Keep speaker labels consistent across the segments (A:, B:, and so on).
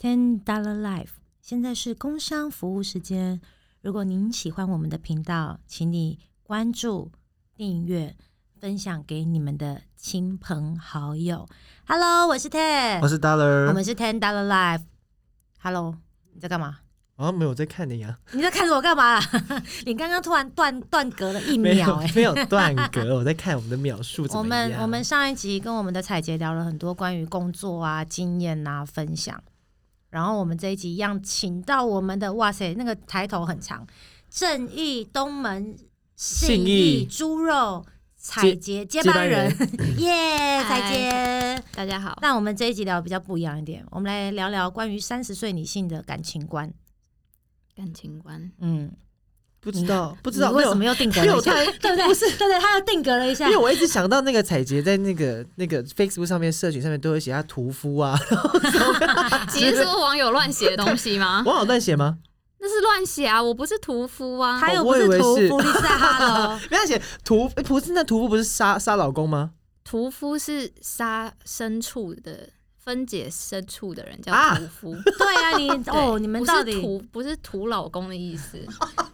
A: Ten Dollar Life。现在是工商服务时间。如果您喜欢我们的频道，请你关注、订阅、分享给你们的亲朋好友。Hello，我是 Ten，
B: 我是 Dollar，
A: 我们是 Ten Dollar Life。Hello，你在干嘛？
B: 啊，没有在看你啊，
A: 你在看着我干嘛 啦？你刚刚突然断断隔了一
B: 没有
A: 秒、 哎，
B: 没有断格，我在看我们的秒数怎
A: 我
B: 么
A: 们
B: 样。啊
A: 我们上一集跟我们的彩杰聊了很多关于工作啊、经验啊分享，然后我们这一集一样请到我们的哇塞，那个抬头很长，正义东门信
B: 信
A: 义
B: 义
A: 猪肉彩杰接班
B: 班
A: 人
B: 人，
A: 耶，
C: 嗨
A: 彩杰。
C: 大家好，
A: 那我们这一集聊比较不一样一点，我们来聊聊关于三十岁女性的感情观。
C: 感情 观
A: 嗯，
B: 不知道不知道
A: 你为
B: 没
A: 什
B: 有，
A: 么又定格
B: 因为
A: 了一
B: 我
A: 下？
B: 太
A: 对不对？不是，对对，他又定格了一下
B: 因为。我一直想到那个彩杰在那个那个 Facebook 上面社群上面都会写他屠夫啊，
C: 你是说网友乱写的东西 吗？
B: 网友乱写吗？
C: 那是乱写啊，我不是屠夫啊。
A: 他又
B: 哦
A: 不
B: 我以
A: 是
B: 为
A: 屠
B: 是
A: 夫，你是在哈喽。
B: 没有他写屠，诶不是那屠夫不是杀杀老公吗？
C: 屠夫是杀牲畜的，分解牲畜的人叫
B: 啊
C: 屠 夫。
A: 对啊，你
C: 对
A: 哦，你们
C: 不
A: 到
C: 是
A: 底
C: 屠不是屠老公的意 思，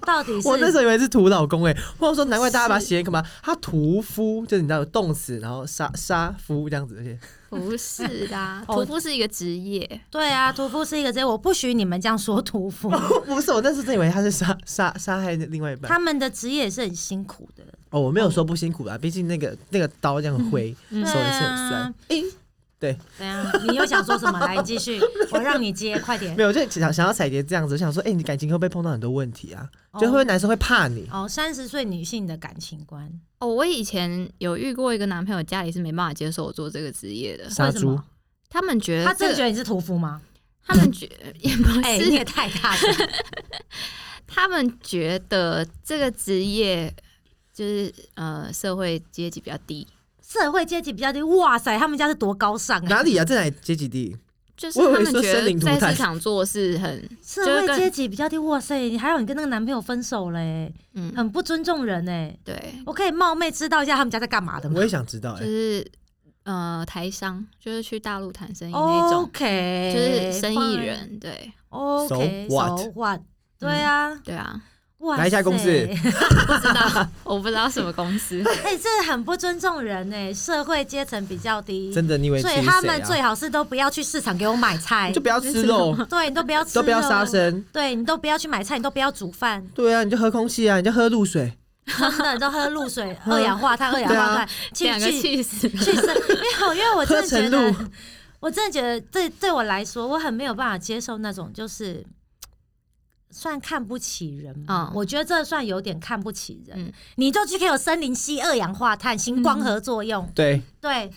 A: 到底是，
B: 我那时候以为是屠老公哎、欸，或者说难怪大家把它写干嘛？他屠夫就是你知道有动词，然后杀杀夫这样子而且
C: 不是的啊
A: 哦
C: 屠夫是一个职业。
A: 对啊，屠夫是一个职业，我不许你们这样说屠夫，
B: 不是我那时候真以为他是杀杀杀害另外一半
A: 他。们的职业也是很辛苦的，
B: 哦，我没
A: 嗯
B: 有说不辛苦啦，毕竟那个那个刀这样挥，手也
C: 嗯
B: 是很
A: 啊
B: 酸。诶
A: 对 啊，你又想说什么？来，你继续，我让你接，快点
B: 没。有，就想想要彩蝶这样子，我想说，哎、你感情会不会碰到很多问题啊？就会不
A: 哦
B: 会男生会怕你？
A: 哦，三十岁女性的感情观，
C: 哦，我以前有遇过一个男朋友，家里是没办法接受我做这个职业的，
B: 杀
A: 为什
B: 猪
A: 么？
C: 他们
B: 呃
C: 觉得、
A: 他真的觉
C: 这个，
A: 得你是屠夫吗？
C: 他们觉 也不是、
A: 哎，你也太大声 了，
C: 他们觉得这个职业就是呃社会阶级比较低，
A: 社会阶级比较低，哇塞，他们家是多高尚啊！
B: 哪里啊？在哪里阶级地？
C: 就是
B: 我以
C: 他
B: 为
C: 们
B: 说
C: 觉
B: 森林
C: 得
B: 涂
C: 在
B: 炭
C: 市场做事很
A: 社
C: 就是
A: 会
C: 跟
A: 阶级比较低，哇塞，你还有你跟那个男朋友分手嘞，
C: 嗯
A: 很不尊重人哎。
C: 对，
A: 我可以冒昧知道一下他们家在干嘛的吗
B: 我也想知道、诶
C: 就是呃台商，就是去大陆谈生意那
A: 哦
C: 种，
A: ？OK，
C: 就是生意
A: fine
C: 人，对
A: OK，
B: So what？嗯
A: so what？对啊，
C: 对啊，
A: 哇塞
B: 哪一家公司
C: 不知道我不知道什么公 司，
A: 哎、这很不尊重人哎、社会阶层比较低，
B: 真的，你以为自
A: 所
B: 己
A: 以
B: 是
A: 他
B: 谁
A: 们最
B: 啊？
A: 好是都不要去市场给我买菜，
B: 就不要吃肉，
A: 对你都不要吃，
B: 都不要杀，生。
A: 对你都不要去买菜，你都不要煮饭，
B: 对啊，你就喝空气啊，你就喝露水。
A: 真的你都喝露 水、二氧化碳、二氧
B: 对
A: 化
B: 啊
A: 碳，去
C: 两个
A: 去
C: 气死。
A: 去生，没有，因为我真的觉
B: 喝
A: 得，我真的觉得对对我来说，我很没有办法接受那种就是算看不起人嘛。
C: 嗯
A: 我觉得这算有点看不起人。
C: 嗯
A: 你就去给我森林吸二氧化碳，行光合作用，
B: 对，
A: 对，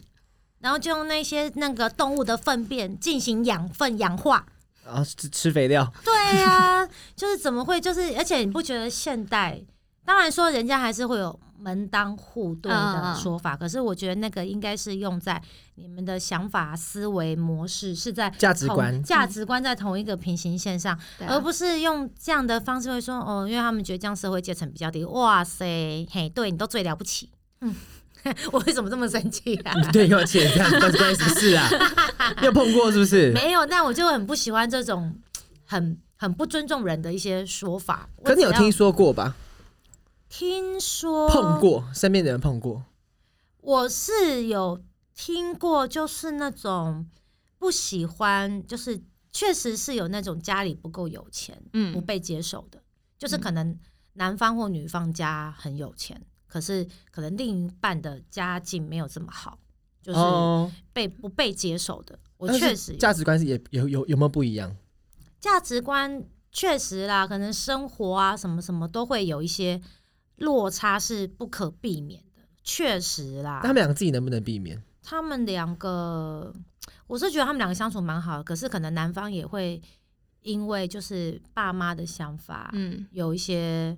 A: 然后就用那些那个动物的粪便进行养分氧化。
B: 然后哦吃吃肥料。
A: 对啊， 就是怎么会就是，而且你不觉得现代？当然说人家还是会有门当户对的
C: 嗯嗯
A: 说法，可是我觉得那个应该是用在你们的想法、思维模式是在
B: 价值
A: 同
B: 观
A: 价值观在同一个平行线上，
C: 对
A: 而
C: 啊，
A: 不是用这样的方式会说哦，因为他们觉得这样社会阶层比较低。哇塞，嘿，对你都最了不起。嗯， 我为什么这么生气 啊？
B: 对，给我切这样，关关你什么事 啊？你有碰过是不是？
A: 没有，那我就很不喜欢这种很很不尊重人的一些说法。我哦
B: 可你有
A: 只要
B: 听说过吧？
A: 听说
B: 碰？过，身边的人碰过。
A: 我是有听过，就是那种不喜欢，就是确实是有那种家里不够有钱不
C: 嗯，
A: 被接受的，就是
C: 嗯
A: 可能男方或女方家很有钱，可是可能另一半的家境没有这么好，就是
B: 哦，
A: 被不被接受的。我
B: 但是
A: 确实有
B: 价值观是也有有有没有不一样？
A: 价值观确实啦，可能生活啊什么什么都会有一些落差是不可避免的，确实啦。
B: 那他们两个自己能不能避免？
A: 他们两个，我是觉得他们两个相处蛮好的，可是可能男方也会因为就是爸妈的想法。
C: 嗯，
A: 有一些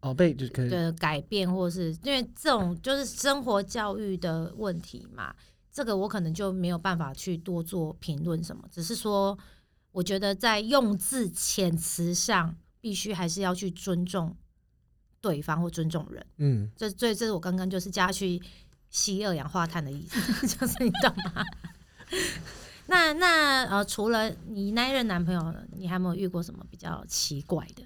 B: 哦，被就可能
A: 的改变，或是因为这种就是生活教育的问题嘛，这个我可能就没有办法去多做评论什么，只是说，我觉得在用字遣词上，必须还是要去尊重对方或尊重人。
B: 嗯，
A: 这这这是我刚刚 就是加去吸二氧化碳的意思，就是你懂吗？那那呃，除了你那一任男朋友呢，你还有没有遇过什么比较奇怪的？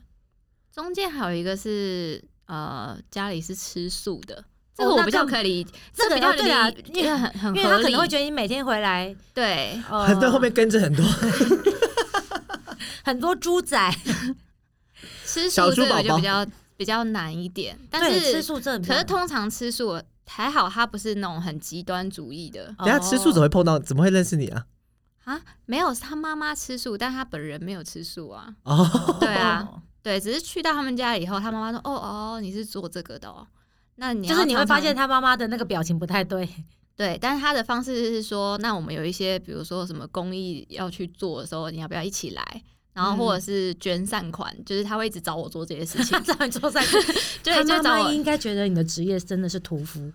C: 中间还有一个是呃，家里是吃素的，这
A: 哦
C: 个
A: 那
C: 我比较
A: 更
C: 可以理，
A: 这个
C: 比较
A: 对啊
C: 理，
A: 因为
C: 很很
A: 因为
C: 合
A: 他可
C: 理
A: 能会觉得你每天回来，
C: 对，
A: 呃，哦
B: 在后面跟着很多
A: 很多猪仔，
C: 吃
B: 小
C: 素
B: 猪
C: 这个
B: 宝
C: 就
B: 宝
C: 比较比较难一点，但
A: 对，吃
C: 是
A: 素真的比较
C: 可是
A: 难。
C: 通常吃素还好，他不是那种很极端主义的
B: 等一下吃素
A: 哦
B: 怎么会碰到？怎么会认识你啊？
C: 啊，没有他妈妈吃素，但他本人没有吃素啊，
B: 哦，
C: 对啊，对，只是去到他们家以后，他妈妈说哦哦，你是做这个的哦，那你
A: 就是你会发
C: 现。
A: 现他妈妈的那个表情不太对，
C: 对，但是他的方式是说，那我们有一些，比如说什么公益要去做的时候，你要不要一起来？然后或者是捐善款，就是他会一直找我做这些事情
A: 嗯 他，在你桌上，
C: 就是就
A: 他
C: 是
A: 妈
C: 找
A: 妈
C: 我，
A: 应该觉得你的职业真的是屠夫，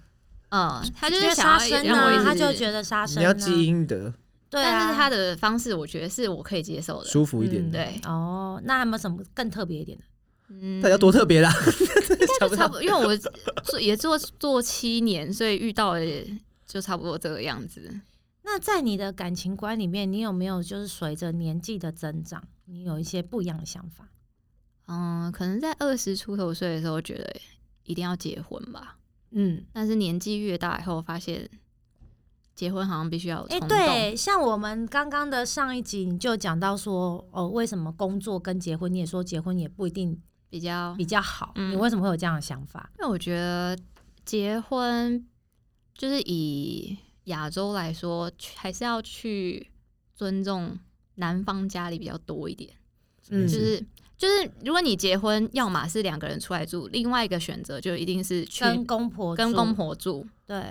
C: 嗯，他就
A: 因
C: 是
A: 为杀
C: 想
A: 生
C: 要让我一
A: 啊，
C: 直，
A: 他就觉得杀生、啊，
B: 你要积阴德，
A: 对啊，
C: 但是他的方式我觉得是我可以接受的，
B: 舒服一点
A: 嗯
B: 的。
C: 对
A: 哦，那有没有什么更特别一点的？
C: 嗯，
B: 大家多特别啦， 想不
C: 就差
B: 到
C: 不多，因为我做也做做七年，所以遇到的也就差不多这个样子。
A: 那在你的感情观里面，你有没有就是随着年纪的增长，你有一些不一样的想法？
C: 嗯，可能在二十出头岁的时候，觉得一定要结婚吧，
A: 嗯，
C: 但是年纪越大以后，发现结婚好像必须要有
A: 哎、
C: 冲动。
A: 对，像我们刚刚的上一集你就讲到说，哦，为什么工作跟结婚，你也说结婚也不一定
C: 比较，
A: 比较好，
C: 嗯
A: 你为什么会有这样的想法？
C: 因为我觉得结婚就是以亚洲来说，去还是要去尊重男方家里比较多一点。
A: 嗯
C: 就是就是，如果你结婚，要么是两个人出来住，另外一个选择就一定是去
A: 跟公婆
C: 跟
A: 住
C: 公婆住，
A: 对，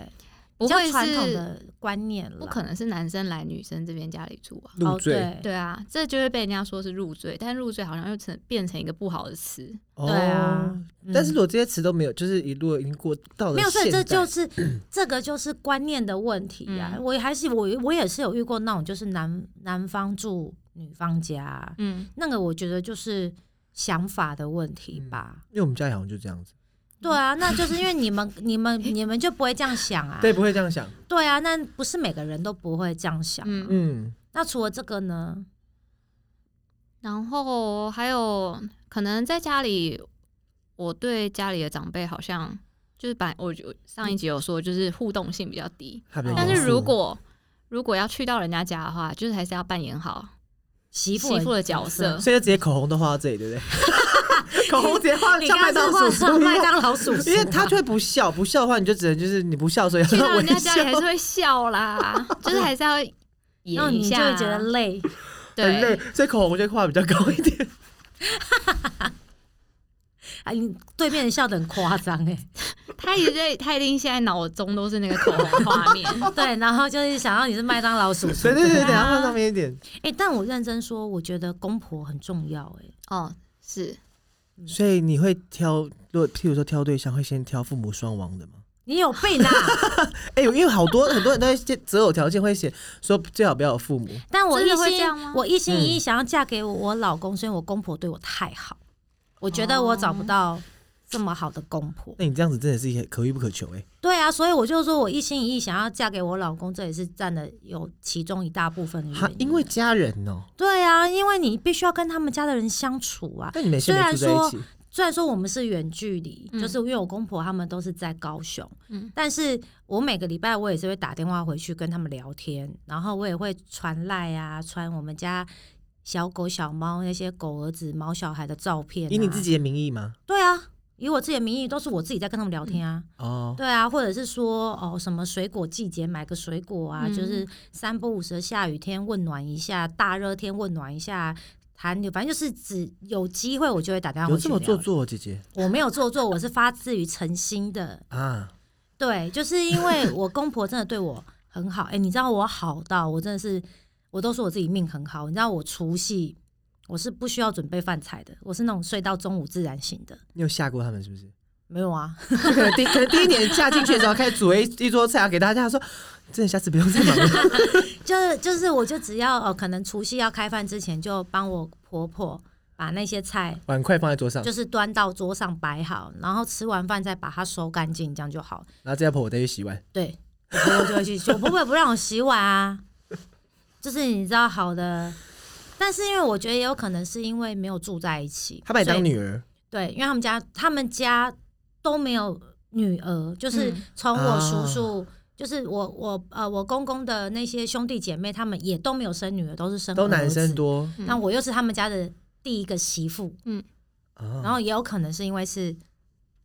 C: 不
A: 比较
C: 会
A: 传统
C: 是
A: 的观念了，
C: 不可能是男生来女生这边家里住啊。
B: 入赘。
A: 哦、对
C: 对啊，这就会被人家说是入赘，但入赘好像又成变成一个不好的词。
B: 哦
A: 对啊嗯
B: 但是如果这些词都没有，就是一路已经过到了
A: 没有，所以
B: 现
A: 这
B: 代
A: 就是 这个就是观念的问题啊。
C: 嗯
A: 我还是我我也是有遇过那种，就是男男方住女方家，
C: 嗯，
A: 那个我觉得就是想法的问题吧。
B: 因为我们家里好像就这样子，
A: 对啊，那就是因为你们 你们你们就不会这样想啊。
B: 对，不会这样想。
A: 对啊，那不是每个人都不会这样想啊、
C: 嗯
B: 嗯，
A: 那除了这个呢？
C: 然后还有可能在家里，我对家里的长辈好像就是把我我上一集有说，就是互动性比较
A: 嗯
C: 低。
B: 他比较
C: 但
B: 严
C: 是
B: 肃
C: 如果如果要去到人家家的话，就是还是要扮演好
A: 媳妇
C: 媳妇的角色。
B: 所以就直接口红都画到这里，对不对？ 口红直接画
A: 你
B: 像麦
A: 刚
B: 当
A: 刚说
B: 劳叔叔一
A: 麦
B: 样，
A: 当劳啊叔叔，
B: 因为他就会不笑，不笑的话你就只能就是你不笑，所以
C: 去到
B: 要微
C: 人家
B: 笑
C: 家里，还是会 笑啦，就是还是
A: 然
C: 要
A: 后
C: 演一
A: 哦你就
C: 下
A: 会
C: 啊。
A: 觉得累。
B: 很累
C: 对，，
B: 所以口红就画比较高一点。
A: 啊，你对面笑得很夸张 哎，
C: 他一直在，他一定现在脑中都是那个口红画 面。
A: 对，然后就是想到你是麦当劳叔叔，
B: 对对对，
C: 啊
B: 等一下画上面一点。
A: 哎、但我认真说，我觉得公婆很重要、哎，
C: 哦，是
B: 所以你会挑，如果譬如说挑对象，会先挑父母双亡的吗？
A: 你有病啊！
B: 哎、因为好多很多人都会写择偶条件会写说最好不要有父母，
A: 但我一
C: 真的会这
A: 心
C: 样吗，
A: 我一心
B: 嗯
A: 一意想要嫁给我我老公，所以我公婆对我太好，我觉得我
C: 哦
A: 找不到这么好的公婆。
B: 那你这样子真的是也可遇不可求哎、
A: 对啊，所以我就说我一心一意想要嫁给我老公，这也是占了有其中一大部分的
B: 哈
A: 原，因。
B: 因为家人哦、
A: 对啊，因为你必须要跟他们家的人相处啊。
B: 那你们现在住在一起，
A: 虽然说我们是远距离，
C: 嗯
A: 就是因为我公婆他们都是在高雄，
C: 嗯
A: 但是我每个礼拜我也是会打电话回去跟他们聊天，然后我也会传赖啊，传我们家小狗、小猫那些狗儿子、毛小孩的照片、啊
B: 以你自？己的名义吗？
A: 对啊，以我自己的名义，都是我自己在跟他们聊天啊。
B: 哦，
A: 对啊，或者是说哦，什么水果季节买个水果啊，
C: 嗯
A: 就是三不五时的下雨天温暖一下，大热天温暖一下。寒流，反正就是只有机啊会我就会打电话
B: 有
A: 回去
B: 这么
A: 聊
B: 做作，姐姐
A: 我没有做作，我是发自于诚心的。
B: 啊，
A: 对，就是因为我公婆真的对我很好。哎、你知道我好到我真的是，我都说我自己命很好。你知道我除夕我是不需要准备饭菜的，我是那种睡到中午自然醒的。
B: 你有吓过他们是不是？
A: 没有啊，
B: 就可能第可能第一年嫁进去的时候，开始煮了一一桌菜啊，给大家说，真的下次不用再忙了。
A: 就是就是，我就只要哦，可能除夕要开饭之前，就帮我婆婆把那些菜
B: 碗筷放在桌上，
A: 就是端到桌上摆好，然后吃完饭再把它收干净，这样就好了。
B: 然后这家婆我再去洗碗。
A: 对，我婆婆就会去，我婆婆也不让我洗碗啊。就是你知道好的，但是因为我觉得也有可能是因为没有住在一起，
B: 他把你
A: 所以
B: 当女儿，
A: 对，因为他们家他们家都没有女儿，就是
C: 嗯
A: 从我叔
B: 啊
A: 叔，就是我我呃我公公的那些兄弟姐妹，他们也都没有生女儿，都是生
B: 都男
A: 儿
B: 生
A: 子。
B: 多
C: 嗯
A: 那我又是他们家的第一个媳妇，
B: 啊。
A: 然后也有可能是因为是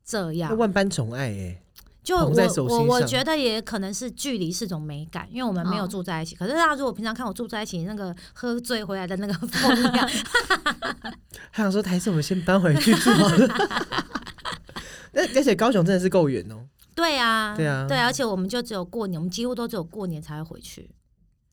A: 这样
B: 那，万般宠爱哎，
A: 就
B: 捧
A: 我
B: 在手
A: 我
B: 心
A: 我
B: 上
A: 觉得也可能是距离是种美感，因为我们没有
C: 哦
A: 住在一起。可是大家如果平常看我住在一起，那个喝醉回来的那个风 量，
B: 他想说还是我们先搬回去住好了。 那而且高雄真的是够远哦。
A: 对啊，
B: 对啊
A: 而且我们就只有过年，我们几乎都只有过年才会回去，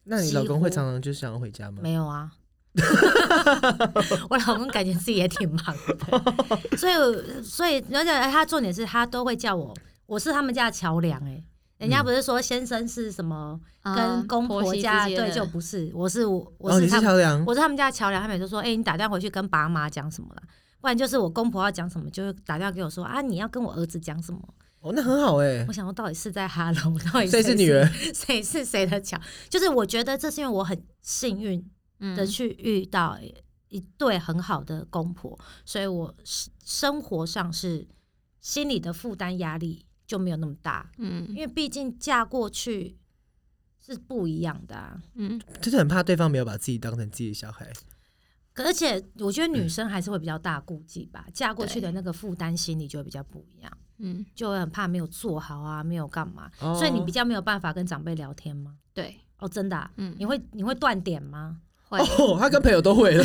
B: 那你
A: 几
B: 老公会
A: 乎
B: 常常就想要回家吗？
A: 没有 啊。 我老公感觉自己也挺忙的，所以所以而且他重点是他都会叫我，我是他们家的桥梁哎、人家
B: 嗯
A: 不是说先生是什么
C: 嗯
A: 跟公婆
C: 媳之
A: 家、
C: 间
A: 对，
C: 的
A: 就不是，我是我我
B: 哦，
A: 是
B: 你
A: 他
B: 是
A: 们
B: 桥梁，
A: 我是他们家的桥梁，他每次说：“哎、你打电话回去跟爸妈讲什么了？不然就是我公婆要讲什么，就会打电话给我说啊，你要跟我儿子讲什么？”
B: 哦，那很好哎
A: 我。想说，到底是在哈喽，到底
B: 所以是女儿，
A: 谁是 谁的桥？就是我觉得这是因为我很幸运的
C: 嗯
A: 去遇到一对很好的公婆，所以我是生活上是心理的负担压力就没有那么大，因
C: 嗯
A: 为毕竟嫁过去是不一样的、啊。
C: 嗯
B: 就是很怕对方没有把自己当成自己的小孩。
A: 可而且我觉得女生还是会比较大顾忌吧，嫁过去的
C: 对
A: 那个负担心理就会比较不一样，
C: 嗯，
A: 就会很怕没有做好啊，没有干嘛，
B: 哦
A: 所以你比较没有办法跟长辈聊天吗？
C: 对，
A: 哦，真的啊、
C: 嗯
A: 你会你会断点吗？
C: 会
B: 哦，他跟朋友都会 了，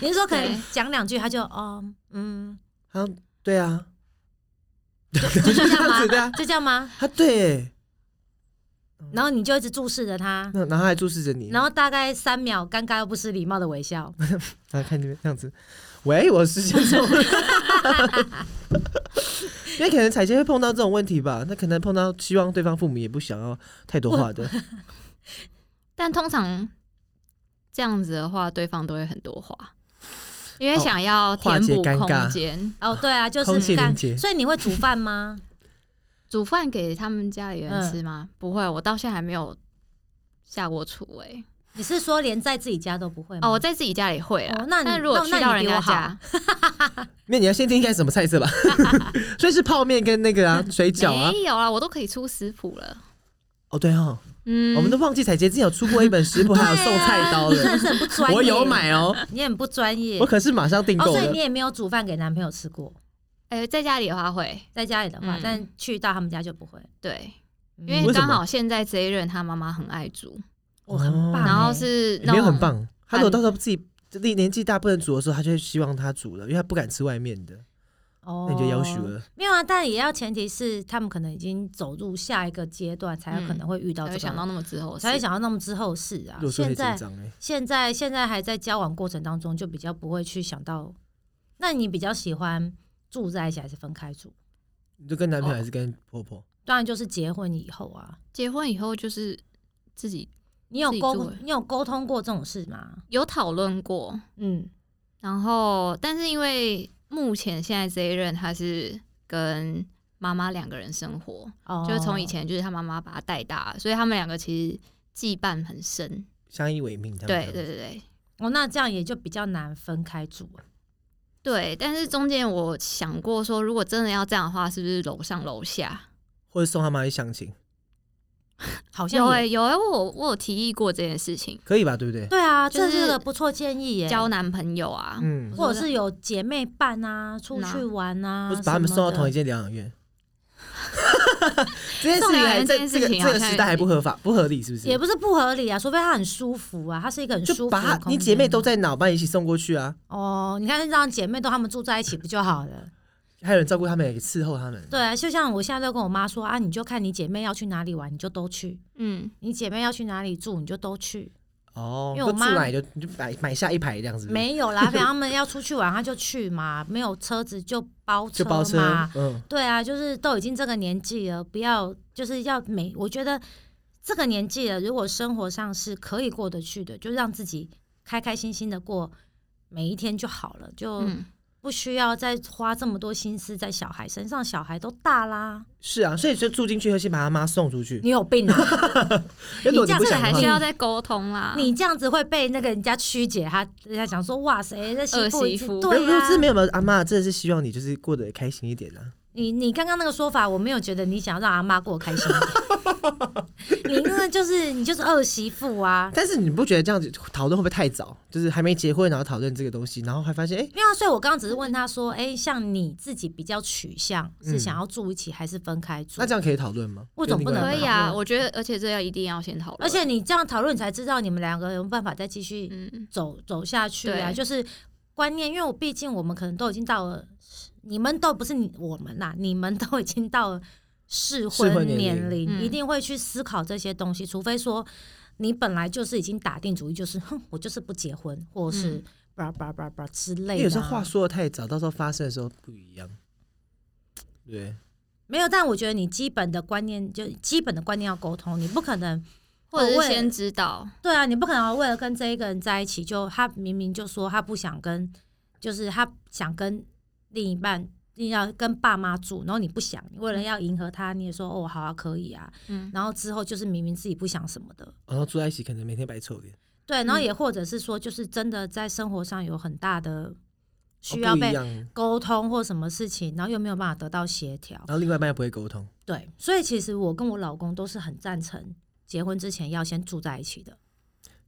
A: 你是说可能
C: 对
A: 讲两句他就哦嗯，
B: 啊，对啊，
A: 就就这样
B: 这
A: 吗
B: 样 子对啊？
A: 就这样吗？
B: 他对欸，
A: 然后你就一直注视着他，
B: 那然后还注视着你，
A: 然后大概三秒尴尬又不失礼貌的微笑，
B: 他看这边这样子，喂，我是先生。 因为可能彩姐会碰到这种问题吧，那可能碰到希望对方父母也不想要太多话的，
C: 但通常这样子的话，对方都会很多话，因为
B: 哦
C: 想要
B: 化
C: 填
B: 解
C: 补
B: 尴尬
C: 空间。
A: 哦对啊，就
B: 空气
A: 是
B: 连
A: 干。
B: 接
A: 所以你会煮饭吗？
C: 煮饭给他们家里
A: 嗯
C: 人吃吗？不会，我到现在还没有下过厨哎、
A: 你是说连在自己家都不会吗？
C: 哦，我在自己家里会啦。
A: 哦那你
C: 但如果去
A: 那
C: 到
A: 那
C: 人
A: 你比我
C: 家
A: 好
C: 家，
B: 因为你要先听一下什么 菜色吧，所以是泡面跟那个
A: 嗯
B: 啊水饺啊，
C: 没有啊，我都可以出食谱了。
B: 哦对哦，
C: 嗯，
B: 我们都忘记彩杰之前有出过一本食谱，还有送菜刀
A: 真的
B: 的，
A: 啊 是很不专业。
B: 我有， 买哦，
A: 你很不专业
B: 我。可是马上订
A: 哦，
B: 购
A: 所以
B: 的
A: 你，也没有煮饭给男朋友吃过，
C: 哎、在家里的话会
A: 在家里的话，
C: 嗯
A: 但去到他们家就不会，
C: 对，
A: 嗯
C: 因
B: 为
C: 为
B: 什么
C: 刚好现在这一任他妈妈很爱煮，
A: 我很棒欸。
C: 然后是那
B: 没有
C: 种
B: 很棒。
A: 哦
B: 他
A: 啊
B: 如果到时候自己力年纪大不能煮的时候，他就会希望他煮了，因为他不敢吃外面的，
A: 哦
B: 那你就要求了。
A: 没有啊，但也要前提是他们可能已经走入下一个阶段，才有可能会遇到
C: 才
A: 这个，
C: 会想到那么之后的事，
A: 才会想到那么之后的事啊
B: 如。果
A: 现
B: 说会紧
A: 在
B: 张哎，
A: 现在现在还在交往过程当中，就比较不会去想到。那你比较喜欢住在一起还是分开住？
B: 你就跟男
A: 哦
B: 朋友还是跟婆婆？
A: 当然就是结婚以后啊。
C: 结婚以后就是自己
A: 你有
C: 自己住
A: 沟
C: 欸
A: 你有沟通过这种事吗？
C: 有讨论过，
A: 嗯，
C: 然后但是因为目前现在这一任他是跟妈妈两个人生活，
A: 哦
C: 就是从以前就是他妈妈把他带大，所以他们两个其实羁绊很深。
B: 相依为命这样。
C: 对对对对
A: 哦，那这样也就比较难分开住啊。
C: 对，但是中间我想过说，如果真的要这样的话，是不是楼上楼下？
B: 或者送他妈去相亲，
A: 好像
C: 有
A: 也
C: 哎、有哎、我有我有提议过这件事情，
B: 可以吧？对不对？
A: 对啊，
C: 就
A: 这是
C: 是
A: 个不错建议耶。
C: 交男朋友啊，
B: 嗯，
A: 或者是有姐妹伴啊，出去玩啊，
B: 或者把他们
A: 什么
B: 送到
A: 的
B: 同一间疗 养院。这件事情还
C: 送疗养院
B: 在
C: 这件
B: 这
C: 事
B: 个
C: 情
B: 这
C: 好
B: 个
C: 像
B: 时代还不合法、不合理，是不是？
A: 也不是不合理啊，除非他很舒服啊，他是一个很舒
B: 就
A: 服的
B: 把
A: 空
B: 他
A: 间。
B: 你姐妹都在脑把你一起送过去啊，
A: 哦，你看让姐妹都他们住在一起不就好了？
B: 还有人照顾他们，也伺候他们。
A: 对啊，就像我现在都跟我妈说啊，你就看你姐妹要去哪里玩，你就都去；
C: 嗯，
A: 你姐妹要去哪里住，你就都去。
B: 哦，
A: 因为我
B: 就
A: 妈
B: 住哪里就你就买买下一排这样子，
A: 没有啦，比方他们要出去玩，他就去嘛，没有车子就包
B: 就包车
A: 嘛。，
B: 嗯，
A: 对啊，就是都已经这个年纪了，不要就是要每我觉得这个年纪了，如果生活上是可以过得去的，就让自己开开心心的过每一天就好了。就
C: 嗯
A: 不需要再花这么多心思在小孩身上，小孩都大啦，
B: 是啊，所以就住进去后先把他妈送出去。
A: 你有病啊！
B: 因为如果
A: 你这样
B: 不
A: 子
B: 想
A: 还
B: 的
C: 还
B: 话
C: 是要再沟通啦。
A: 你这样子会被那个人家曲解，他人家讲说哇塞，这媳妇
C: 儿
A: 已
C: 媳
A: 经
C: 妇
B: 没有
A: 对
B: 没有，
A: 啊
B: 这，没有没有，阿妈真的是希望你就是过得开心一点啊。
A: 你你刚刚那个说法，我没有觉得你想要让阿妈过得开心一点，你那个就是你就是二媳妇啊。
B: 但是你不觉得这样子讨论会不会太早？就是还没结婚，然后讨论这个东西，然后还发现哎、
A: 没有啊，所以我刚刚只是问他说，哎、像你自己比较取向是想要住一起还是分开住？
B: 嗯那这样可以讨论吗？
A: 我总不能
B: 跟
C: 可
B: 另
C: 以
B: 外一半
C: 啊，我觉得，而且这要一定要先讨论。
A: 嗯而且，你这样讨论，你才知道你们两个有没有办法再继续
C: 嗯，
A: 走走下去啊，
C: 对
A: 就是观念，因为我毕竟我们可能都已经到了，你们都不是你我们啦，你们都已经到了适
B: 适婚
A: 婚
B: 年
A: 年
B: 龄
A: 龄，
C: 嗯
A: 一定会去思考这些东西，除非说你本来就是已经打定主意，就是哼，我就是不结婚，或是
C: 嗯
A: 叭叭叭叭之
B: 因
A: 类的、
B: 为
A: 啊。
B: 有时候话说的太早，到时候发生的时候不一样。对，
A: 没有，但我觉得你基本的观念就基本的观念要沟通，你不可能
C: 或者
A: 哦我
C: 是
A: 也
C: 先知道，
A: 对啊，你不可能为了跟这一个人在一起，就他明明就说他不想跟，就是他想跟另一半，定要跟爸妈住，然后你不想，你为了要迎合他，你也说哦好啊可以啊，
C: 嗯，
A: 然后之后就是明明自己不想什么的，
B: 然后住在一起可能每天白臭脸，哦
A: 对，然后
C: 嗯
A: 也或者是说就是真的在生活上有很大的需
B: 哦
A: 要
B: 不一
A: 被
B: 样。
A: 沟通或什么事情，然后又没有办法得到协调，
B: 然后另外一半又不会沟通，
A: 对，所以其实我跟我老公都是很赞成结婚之前要先住在一起的，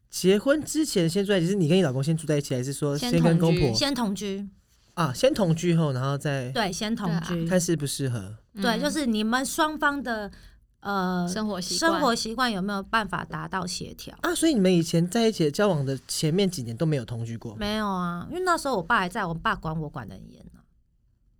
B: 结婚之前先住在一起，是你跟你老公先住在一起，还是说
C: 先
B: 跟公
C: 同居
B: 婆
A: 先同居，
B: 啊？先同居后，然后再
A: 对，先同
C: 对啊
A: 居，
B: 看适不适合？
A: 对，
C: 嗯
A: 就是你们双方的呃
C: 生活习惯
A: 生活习惯有没有办法达到协调？
B: 啊，所以你们以前在一起交往的前面几年都没有同居过，
A: 没有啊，因为那时候我爸还在，我爸管我管得很严啊。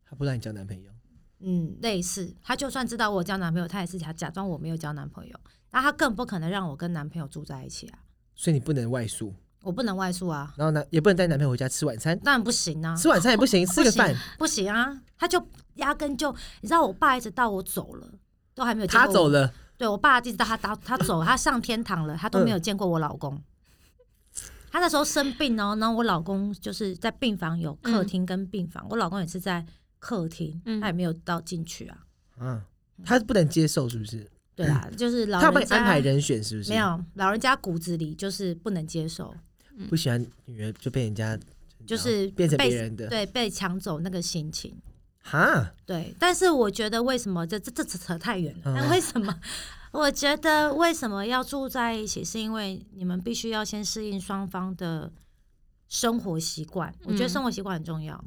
B: 他不让你交男朋友，
A: 嗯，类似，他就算知道我有交男朋友，他也是假假装我没有交男朋友，那他更不可能让我跟男朋友住在一起啊，
B: 所以你不能外宿，
A: 我不能外宿啊，
B: 然后呢也不能带男朋友回家吃晚餐，
A: 当然不行啊，
B: 吃晚餐也 不行，吃个
A: 不行
B: 饭
A: 不行啊，他就压根就，你知道我爸一直到我走了。都还没有见
B: 他
A: 过我
B: 走，了，
A: 对我爸一直到他到他走，他上天堂了，他都
B: 嗯
A: 没有见过我老公。他那时候生病哦，然后我老公就是在病房有客厅跟病房，我老公也是在客厅，
C: 嗯
A: 他也没有到进去啊。
B: 啊，他不能接受是不是？
A: 对啊，就是老
B: 嗯他要帮
A: 人
B: 你
A: 家
B: 安排人选是不是？
A: 没，有，老人家骨子里就是不能接受，
B: 不喜欢女儿就被人家
A: 就是
B: 变成
A: 被
B: 别人的
A: 对被抢走那个心情。
B: 哈，
A: 对，但是我觉得为什么这这这扯扯太远了？
B: 嗯
A: 但为什么？我觉得为什么要住在一起，是因为你们必须要先适应双方的生活习惯。我觉得
C: 嗯
A: 生活习惯很重要。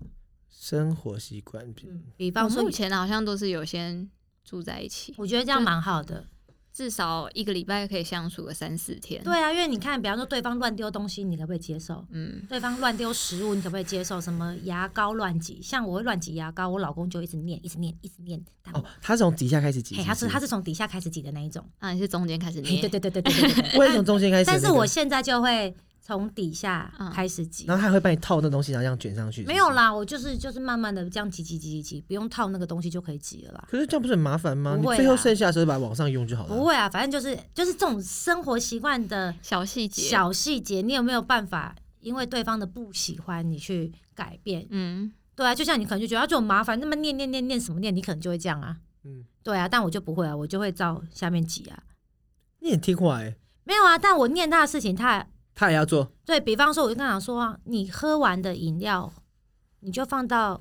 B: 生活习惯
A: 嗯，比
C: 我
A: 方说
C: 目，前好像都是有先住在一起，
A: 我觉得这样蛮好的。
C: 嗯至少一个礼拜可以相处个三四天。，
A: 对啊，因为你看，比方说对方乱丢东西，你可不可以接受？
C: 嗯，
A: 对方乱丢食物，你可不可以接受？什么牙膏乱挤，像我会乱挤牙膏，我老公就一直念，一直念，一直念。但我
B: 哦，他从底下开始挤，
A: 嘿，他是
B: 是不
A: 他是从底下开始挤的那一种。
C: 那你是中间开始
A: 嘿对对
C: 捏，
A: 对对对对对。
B: 是我也从中间开始的那
A: 但
B: 个，
A: 是我现在就会从底下
C: 嗯
A: 开始挤。
B: 然后他还会帮你套那东西，然后这样卷上去，是不
A: 没
B: 是
A: 有。啦，我就是就是慢慢的这样挤挤挤挤挤，不用套那个东西就可以挤了啦。
B: 可是这样不是很麻烦吗？你
A: 不会啊
B: 最后剩下的时候把它往上用就好了。
A: 不会啊，反正就是就是这种生活习惯的
C: 小细节，
A: 小细节，你有没有办法因为对方的不喜欢你去改变？
C: 嗯，
A: 对啊，就像你可能就觉得啊这种麻烦，那么念念念念什么念，你可能就会这样啊。
B: 嗯，
A: 对啊，但我就不会啊，我就会照下面挤啊。
B: 你很听话哎、
A: 没有啊，但我念他的事情，他也
B: 他也要做，
A: 对比方说，我就跟他讲说啊，你喝完的饮料，你就放到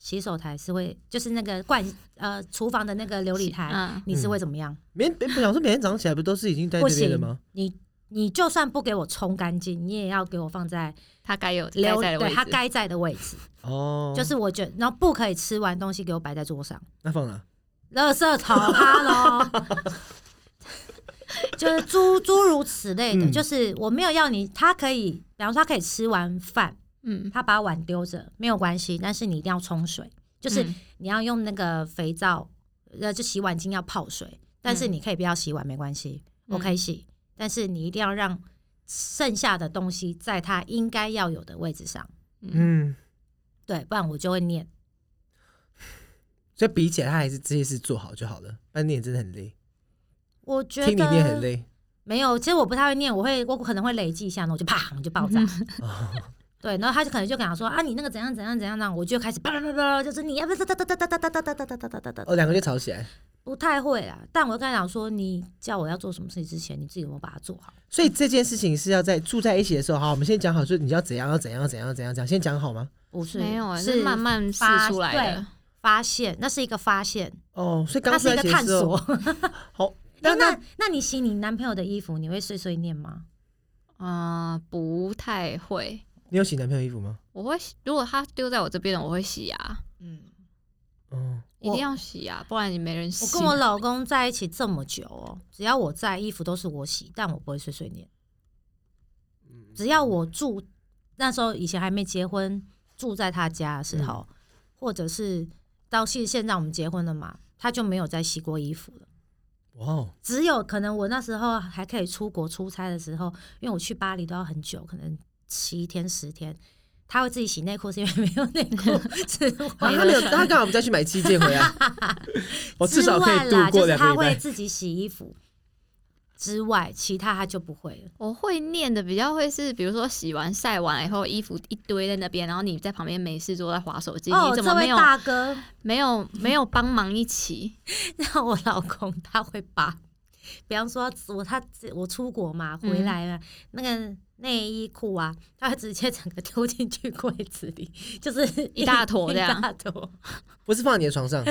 A: 洗手台是会，就是那个罐呃厨房的那个琉璃台，
C: 嗯，
A: 你是会怎么样？
B: 每天不想说每天早上起来不都是已经在
A: 不
B: 那边了
A: 行
B: 吗？
A: 你你就算不给我冲干净，你也要给我放在
C: 他该有该
A: 留
C: 在的位
A: 对
C: 置，
A: 它该在的位置，
B: 哦，
A: 就是我觉得，然后不可以吃完东西给我摆在桌上，
B: 那放哪？
A: 垃圾桶 哈喽。就是诸诸如此类的，
B: 嗯
A: 就是我没有要你，他可以，比方说他可以吃完饭，
C: 嗯，
A: 他把碗丢着没有关系，但是你一定要冲水，就是
C: 嗯
A: 你要用那个肥皂，呃，就洗碗巾要泡水，但是
C: 嗯
A: 你可以不要洗碗，没关系，我
C: 嗯
A: 可以洗，但是你一定要让剩下的东西在它应该要有的位置上，
C: 嗯
B: 嗯，
A: 对，不然我就会念。
B: 所以比起来，他还是这些事做好就好了。但你也真的很累，
A: 我觉
B: 听你念很
A: 得
B: 累。嗯
A: 没有，其实我不太会念，我会我可能会累积一下，然后我就啪我就爆炸。
B: 哦
A: 对，然后他就可能就跟他说啊，你那个怎样怎样怎样怎样，我就开始叭叭叭叭，就是你要不哒哒哒哒哒哒哒哒哒哒哒哒哒哒，
B: 哦，两个就吵起来。
A: 不太会啦。但我就跟他讲说，你叫我要做什么事情之前，你自己有没有把它做好？
B: 所以这件事情是要在住在一起的时候，好，我们先讲好，就是你要怎样，要怎样，怎样，怎样，怎样，先讲好吗？
A: 不是，
C: 没有啊，
A: 欸是
C: 是慢慢试
A: 发
C: 出来的。
A: 发现，那是一个发现，
B: 哦，所以刚
A: 它
B: 住
A: 是
B: 在
A: 一个
B: 一起
A: 探
B: 的时候，
A: 索。
B: 好，
A: 那
B: 那
A: 那
B: 那
A: 那你洗你男朋友的衣服，你会碎碎念吗？
C: 嗯、不太会。
B: 你有洗男朋友衣服吗？
C: 我会洗，如果他丢在我这边的，我会洗啊，
A: 嗯，
B: 哦，
C: 一
A: 我
C: 定要洗啊，不然你没人洗。
A: 我跟我老公在一起这么久哦，只要我在，衣服都是我洗，但我不会碎碎念。只要我住那时候以前还没结婚，住在他家的时候，或者是到现现在我们结婚了嘛，他就没有再洗过衣服了。
B: 哇哦，
A: 只有可能我那时候还可以出国出差的时候，因为我去巴黎都要很久，可能七天十天，他会自己洗内裤，是因为没有内裤吃
B: 啊
A: 完
B: 他没有，他刚好我们再去买七件回 来， 我至少可以
A: 之外啦
B: 度
A: 就
B: 过
A: 是
B: 两个
A: 他
B: 礼
A: 会
B: 拜。
A: 自己洗衣服之外，其他他就不会了。
C: 我会念的比较会是，比如说洗完晒完以后，衣服一堆在那边，然后你在旁边没事做在划手机，
A: 哦，
C: 你怎
A: 这
C: 么没
A: 位
C: 有
A: 大哥，
C: 没有没有帮忙一起？
A: 那我老公他会把，比方说我他我出国嘛，回来
B: 嗯
A: 了、那个内衣裤啊，他会直接整个丢进去柜子里，就是
C: 一大坨这 样
A: 一大坨。
B: 不是放你的床上，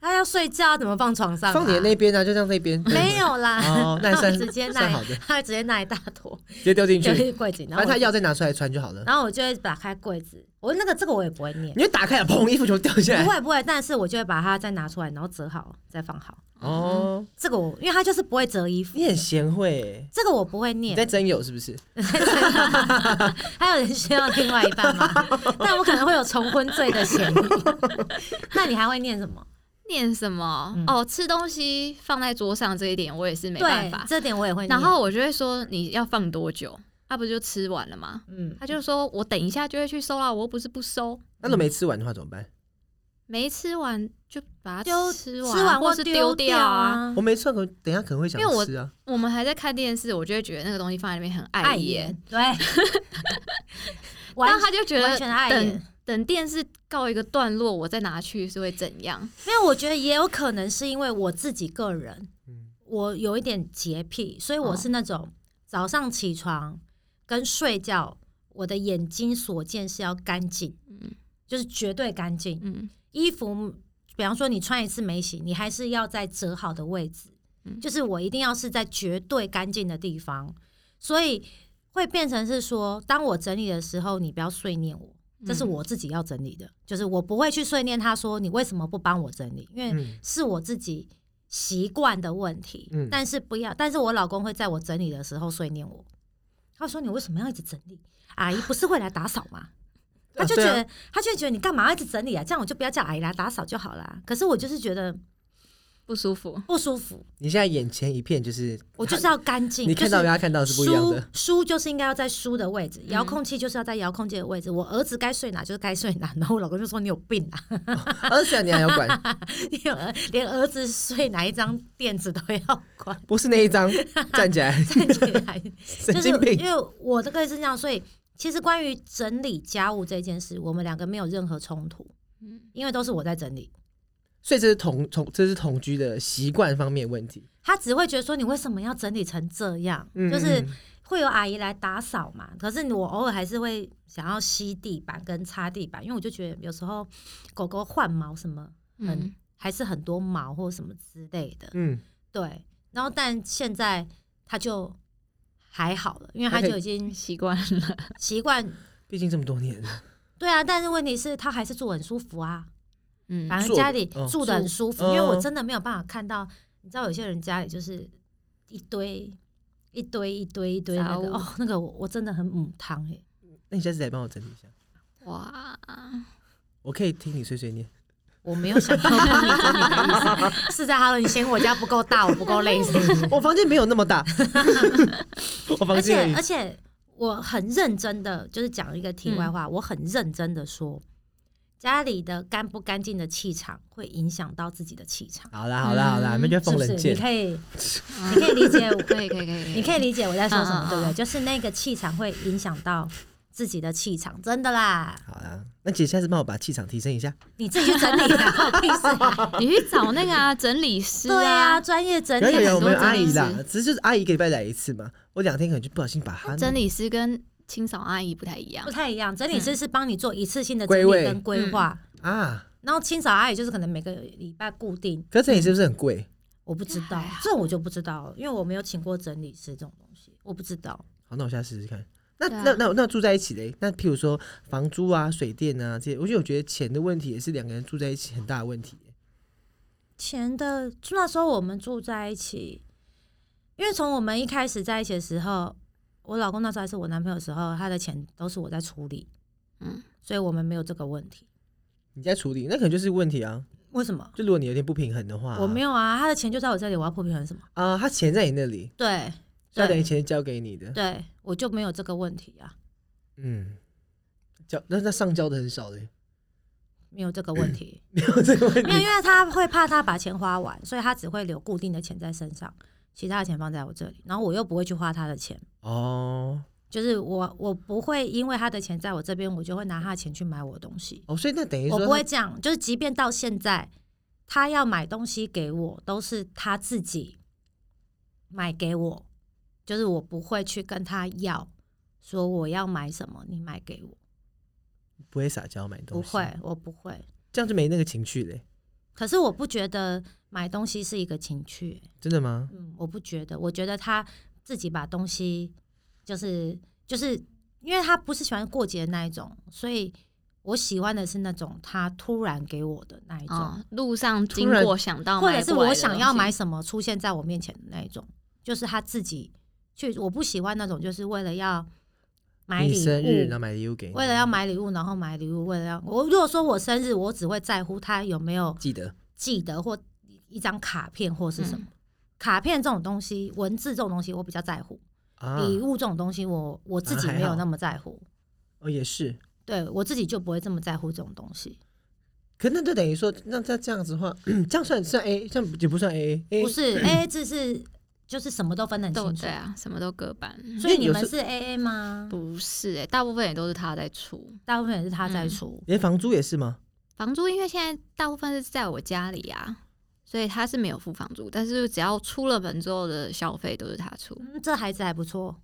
A: 他啊要睡觉怎么放床上、啊？
B: 放你的那边啊，就像那边。
A: 没有 啦，
B: 哦那
A: 他会
B: 算
A: 直接
B: 算
A: 那
B: 好的，
A: 他会直接那一大坨
B: 直接丢 进
A: 丢
B: 去，
A: 进柜子，然
B: 反
A: 后
B: 正他
A: 我
B: 要再拿出来穿就好了。
A: 然后我就会打开柜子，我那个这个我也不会 念，
B: 你就打开了，砰，衣服全部掉下
A: 不
B: 来。
A: 会不会，但是我就会把它再拿出来，然后折好再放好。
B: 哦，
A: 这个我因为他就是不会折衣服
B: 你，很贤惠欸，
A: 这个我不会念
B: 你在。真有是不是？
A: 还有人需要另外一半吗？但我可能会有重婚罪的 嫌疑。那你还会念什么？
C: 念什么？
A: 嗯
C: 哦，吃东西放在桌上这一点，我也是没办
A: 对
C: 法，。
A: 这点我也会念。
C: 然后我就会说你要放多久？他、不就吃完了吗？
A: 嗯，
C: 他就说我等一下就会去收啦，我又不是不收，
B: 那都没吃完的话怎么办？
C: 没吃完就把
A: 就
C: 它吃完，
A: 吃完
C: 或
A: 或
C: 是
A: 丢
C: 掉啊。
A: 啊
B: 我。没吃，可能等一下可能会想
C: 因为我
B: 吃啊。
C: 我们还在看电视，我就会觉得那个东西放在那边很碍
A: 碍
C: 眼
A: 眼，， 对，完
C: 但他就觉
A: 完
C: 得
A: 全碍眼
C: 等。等电视告一个段落，我再拿去是会怎样？
A: 因为我觉得也有可能是因为我自己个人，
B: 嗯
A: 我有一点洁癖，所以
C: 嗯
A: 我是那种早上起床跟睡觉，我的眼睛所见是要干净，
C: 嗯
A: 就是绝对干净。
C: 嗯
A: 衣服，比方说你穿一次没洗，你还是要在折好的位置，
C: 嗯
A: 就是我一定要是在绝对干净的地方，所以会变成是说，当我整理的时候，你不要碎念我，这是
C: 嗯
A: 我自己要整理的，就是我不会去碎念他说你为什么不帮我整理，因为
B: 嗯，
A: 是我自己习惯的问题，
B: 嗯
A: 但是不要，但是我老公会在我整理的时候碎念我，他会说你为什么要一直整理？阿姨不是会来打扫吗？他就觉
B: 对啊
A: 得，他就觉得你干嘛要一直整理啊？这样我就不要叫阿姨来打扫就好啦。可是我就是觉得
C: 不舒服。
A: 不舒服，
B: 你现在眼前一片就是，
A: 我就是要干净。
B: 你看到
A: 就
B: 跟
A: 是
B: 他看到是不一样
A: 书
B: 的。
A: 书就是应该要在书的位置，
C: 嗯
A: 遥控器就是要在遥控器的位置。我儿子该睡哪就是该睡哪，然后我老公就说你有病啊，
B: 而且你还要管，
A: 你有儿连儿子睡哪一张垫子都要管，
B: 不是那一张，站起来，
A: 站起来。
B: 神
A: 就是
B: 经病
A: 因。为我的个性是这样，所以其实关于整理家务这件事，我们两个没有任何冲突，
C: 嗯，
A: 因为都是我在整理。
B: 所以这是同同这是同居的习惯方面的问题，
A: 他只会觉得说你为什么要整理成这样，
B: 嗯
A: 就是会有阿姨来打扫嘛。可是我偶尔还是会想要吸地板跟擦地板，因为我就觉得有时候狗狗换毛什么很
C: 嗯
A: 还是很多毛或什么之类的，
B: 嗯，
A: 对。然后但现在他就还好了，因为他就已经
C: 嗯习惯了。
A: 习惯。
B: 毕竟这么多年了，
A: 对啊，但是问题是，他还是住得很舒服啊。
C: 嗯，
A: 反正
B: 坐
A: 家
B: 的
A: 里
B: 哦
A: 住的很舒服，
B: 嗯
A: 因为我真的没有办法看到，你知道有些人家里就是一堆一堆一堆一堆那个
C: 杂物
A: 哦，那个我我真的很母汤哎、
B: 那你下次来帮我整理一下，
C: 哇，
B: 我可以听你碎碎念。
A: 我没有想到帮你整理的意思，是在哈喽，你嫌我家不够大，我不够 累是不是？
B: 我房间没有那么大， 我
A: 而
B: 房
A: 且
B: 间
A: 而且我很认真的，就是讲一个题外
B: 嗯
A: 话，我很认真的说，家里的干不干净的气场会影响到自己的气场，
B: 好啦好啦好啦，
C: 嗯
B: 没觉得
A: 是
B: 风
A: 不是？
B: 冷
A: 你
B: 箭，
A: 可 以
C: 嗯
A: 你可以理解我。
C: 可以可以可以，
A: 你可以理解我在说什么，
C: 嗯嗯
A: 对不对？
C: 嗯
A: 就是那个气场会影响到自己的气场，真的啦，
B: 好啦，那姐下次帮我把气场提升一下。
A: 你自己去整理啊，关我屁事 啊
C: 你去找那个啊整理师
A: 对啊，
C: 啊，
A: 专业整
B: 有有
A: 理
B: 有，我
A: 很多
B: 们有
C: 整
B: 阿姨
C: 理
B: 啦
C: 师，
B: 只是就是阿姨一个礼拜来一次嘛。我两天可能就不小心把她
C: 整理师跟清扫阿姨不太一样
A: 嗯不，太一样，整理师是帮你做一次性的整
B: 嗯归
A: 理
B: 位
A: 跟规划，
B: 啊，
A: 然后清扫阿姨就是可能每个礼拜固定，
B: 可是整理是不是很贵？
A: 我不知道
C: 还好，
A: 这我就不知道了，因为我没有请过整理师这种东西，我不知道。
B: 好，那我下次试试看。那
C: 对啊
B: 那那那住在一起嘞？那譬如说房租啊、水电啊这些，我觉得我觉得钱的问题也是两个人住在一起很大的问题。
A: 前的那时候我们住在一起，因为从我们一开始在一起的时候，我老公那时候还是我男朋友的时候，他的钱都是我在处理，
C: 嗯，
A: 所以我们没有这个问题。
B: 你在处理，那可能就是问题啊。
A: 为什么？
B: 就如果你有点不平衡的话，
A: 我没有啊，他的钱就在我这里，我要破平衡什么？
B: 啊，他钱在你那里，
A: 对，
B: 所以他等于
A: 对，
B: 钱是交给你的。
A: 对，我就没有这个问题啊，
B: 嗯，交那那上交的很少嘞，
A: 没有这个问题，
B: 没有这个问
A: 没有，
B: 题
A: 因为他会怕他把钱花完，所以他只会留固定的钱在身上，其他的钱放在我这里，然后我又不会去花他的钱。
B: 哦
A: 就是我，我不会因为他的钱在我这边，我就会拿他的钱去买我的东西。
B: 哦，所以那等于
A: 我
B: 说
A: 不会这样，就是即便到现在，他要买东西给我，都是他自己买给我，就是我不会去跟他要，说我要买什么，你买给我，
B: 不会撒娇买
A: 不
B: 东西，
A: 会，我不会。
B: 这样就没那个情趣嘞，
A: 可是我不觉得买东西是一个情趣，
B: 真的吗？
A: 嗯，我不觉得，我觉得他自己把东西，就是就是，因为他不是喜欢过节的那一种，所以我喜欢的是那种他突然给我的那一种。
C: 哦，路上经
B: 突然
C: 过想到
A: 或
C: 买
A: 者是
C: 过来
A: 我
C: 的
A: 想
C: 东
A: 要
C: 西
A: 买什么出现在我面前的那一种，就是他自己去，我不喜欢那种就是为了要买
B: 你
A: 礼
B: 生日然后
A: 物，
B: 买礼物给你，
A: 为了要买礼物，然后买礼物，为了要我如果说我生日，我只会在乎他有没有
B: 记得
A: 记得或一张卡片或是
B: 嗯
A: 什么。卡片这种东西，文字这种东西，我比较在乎；
B: 啊，
A: 礼物这种东西我，我自己
B: 啊还
A: 没有
B: 好
A: 那么在乎，
B: 哦也是，
A: 对我自己就不会这么在乎这种东 西。
B: 可那就等于说，那那这样子的话， 这样算算 A，这样也不算 A，A
A: 不 是 A A 制是就是什么嗯都分得很
C: 都
A: 清楚
C: 对，啊，什么都各半。嗯
A: 所以
B: 因为
A: 你
B: 有
A: 们
B: 时
A: 是 A A 吗？
C: 不是哎、大部分也都是他在出
A: 大部分也是他在出。
B: 连房租也是吗？
C: 房租，因为现在大部分是在我家里啊，所以他是没有付房租，但是只要出了门之后的消费都是他出。
A: 嗯这孩子还不错，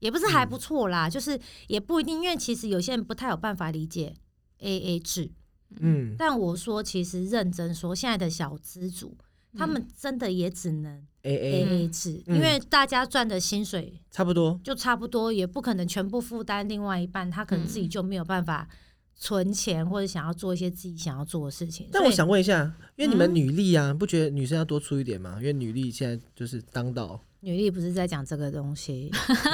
A: 也
B: 嗯
A: 不是还不错啦，就是也不一定，因为其实有些人不太有办法理解 A A 制。
B: 嗯
A: 但我说，其实认真说，现在的小资主。
B: 嗯
A: 他们真的也只能
B: ，A
A: A
B: A
A: A 制，
B: 嗯
A: 因为大家赚的薪水
B: 差不多，
A: 就差不多，也不可能全部负担另外一半，他可能
B: 嗯
A: 自己就没有办法存钱或者想要做一些自己想要做的事情。
B: 但
A: 所
B: 我
A: 以
B: 想问一下，因为你们
C: 嗯
B: 女力啊，不觉得女生要多出一点吗？因为女力现在就是当道。
A: 女力不是在讲这个东 西，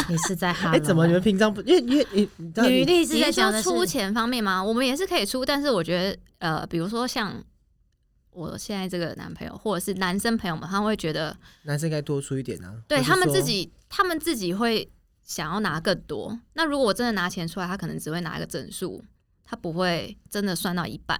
A: 你是在哈
B: 哎、
A: 喽？
B: 怎么你们平常不？因为因为你你知道
A: 女
B: 你
A: 力
C: 你
A: 是在
C: 是
A: 讲的
C: 说
A: 是
C: 出钱方面吗？我们也是可以出，但是我觉得呃，比如说像我现在这个男朋友，或者是男生朋友们，他会觉得
B: 男生应该多出一点啊。
C: 对
B: 或是
C: 他们
B: 说
C: 自，己，他们自己会想要拿更多。那如果我真的拿钱出来，他可能只会拿一个整数，他不会真的算到一半。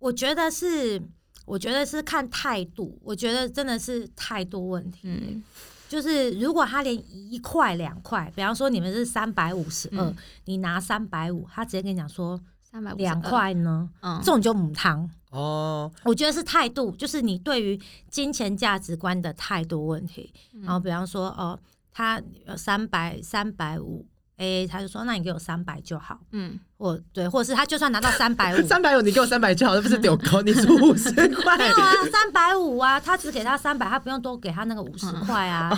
A: 我觉得是，我觉得是看态度。我觉得真的是态度问题。
C: 嗯，
A: 就是如果他连一块两块，比方说你们是三百五十二
C: 嗯，
A: 你拿三百五，他直接跟你讲说
C: 三百
A: 两，块呢，
C: 嗯
A: 这，种就母汤。
B: 哦，
A: 我觉得是态度，就是你对于金钱价值观的态度问题。然后比方说，哦，他三百三百五。A 他就说，那你给我三百就好，
C: 嗯，
A: 或对，或者是他就算拿到三百五，
B: 三百五你给我三百就好，那不是丢高，你出 五十块
A: 没。有啊，三百五啊，他只给他三百，他不用多给他那个五十块 啊。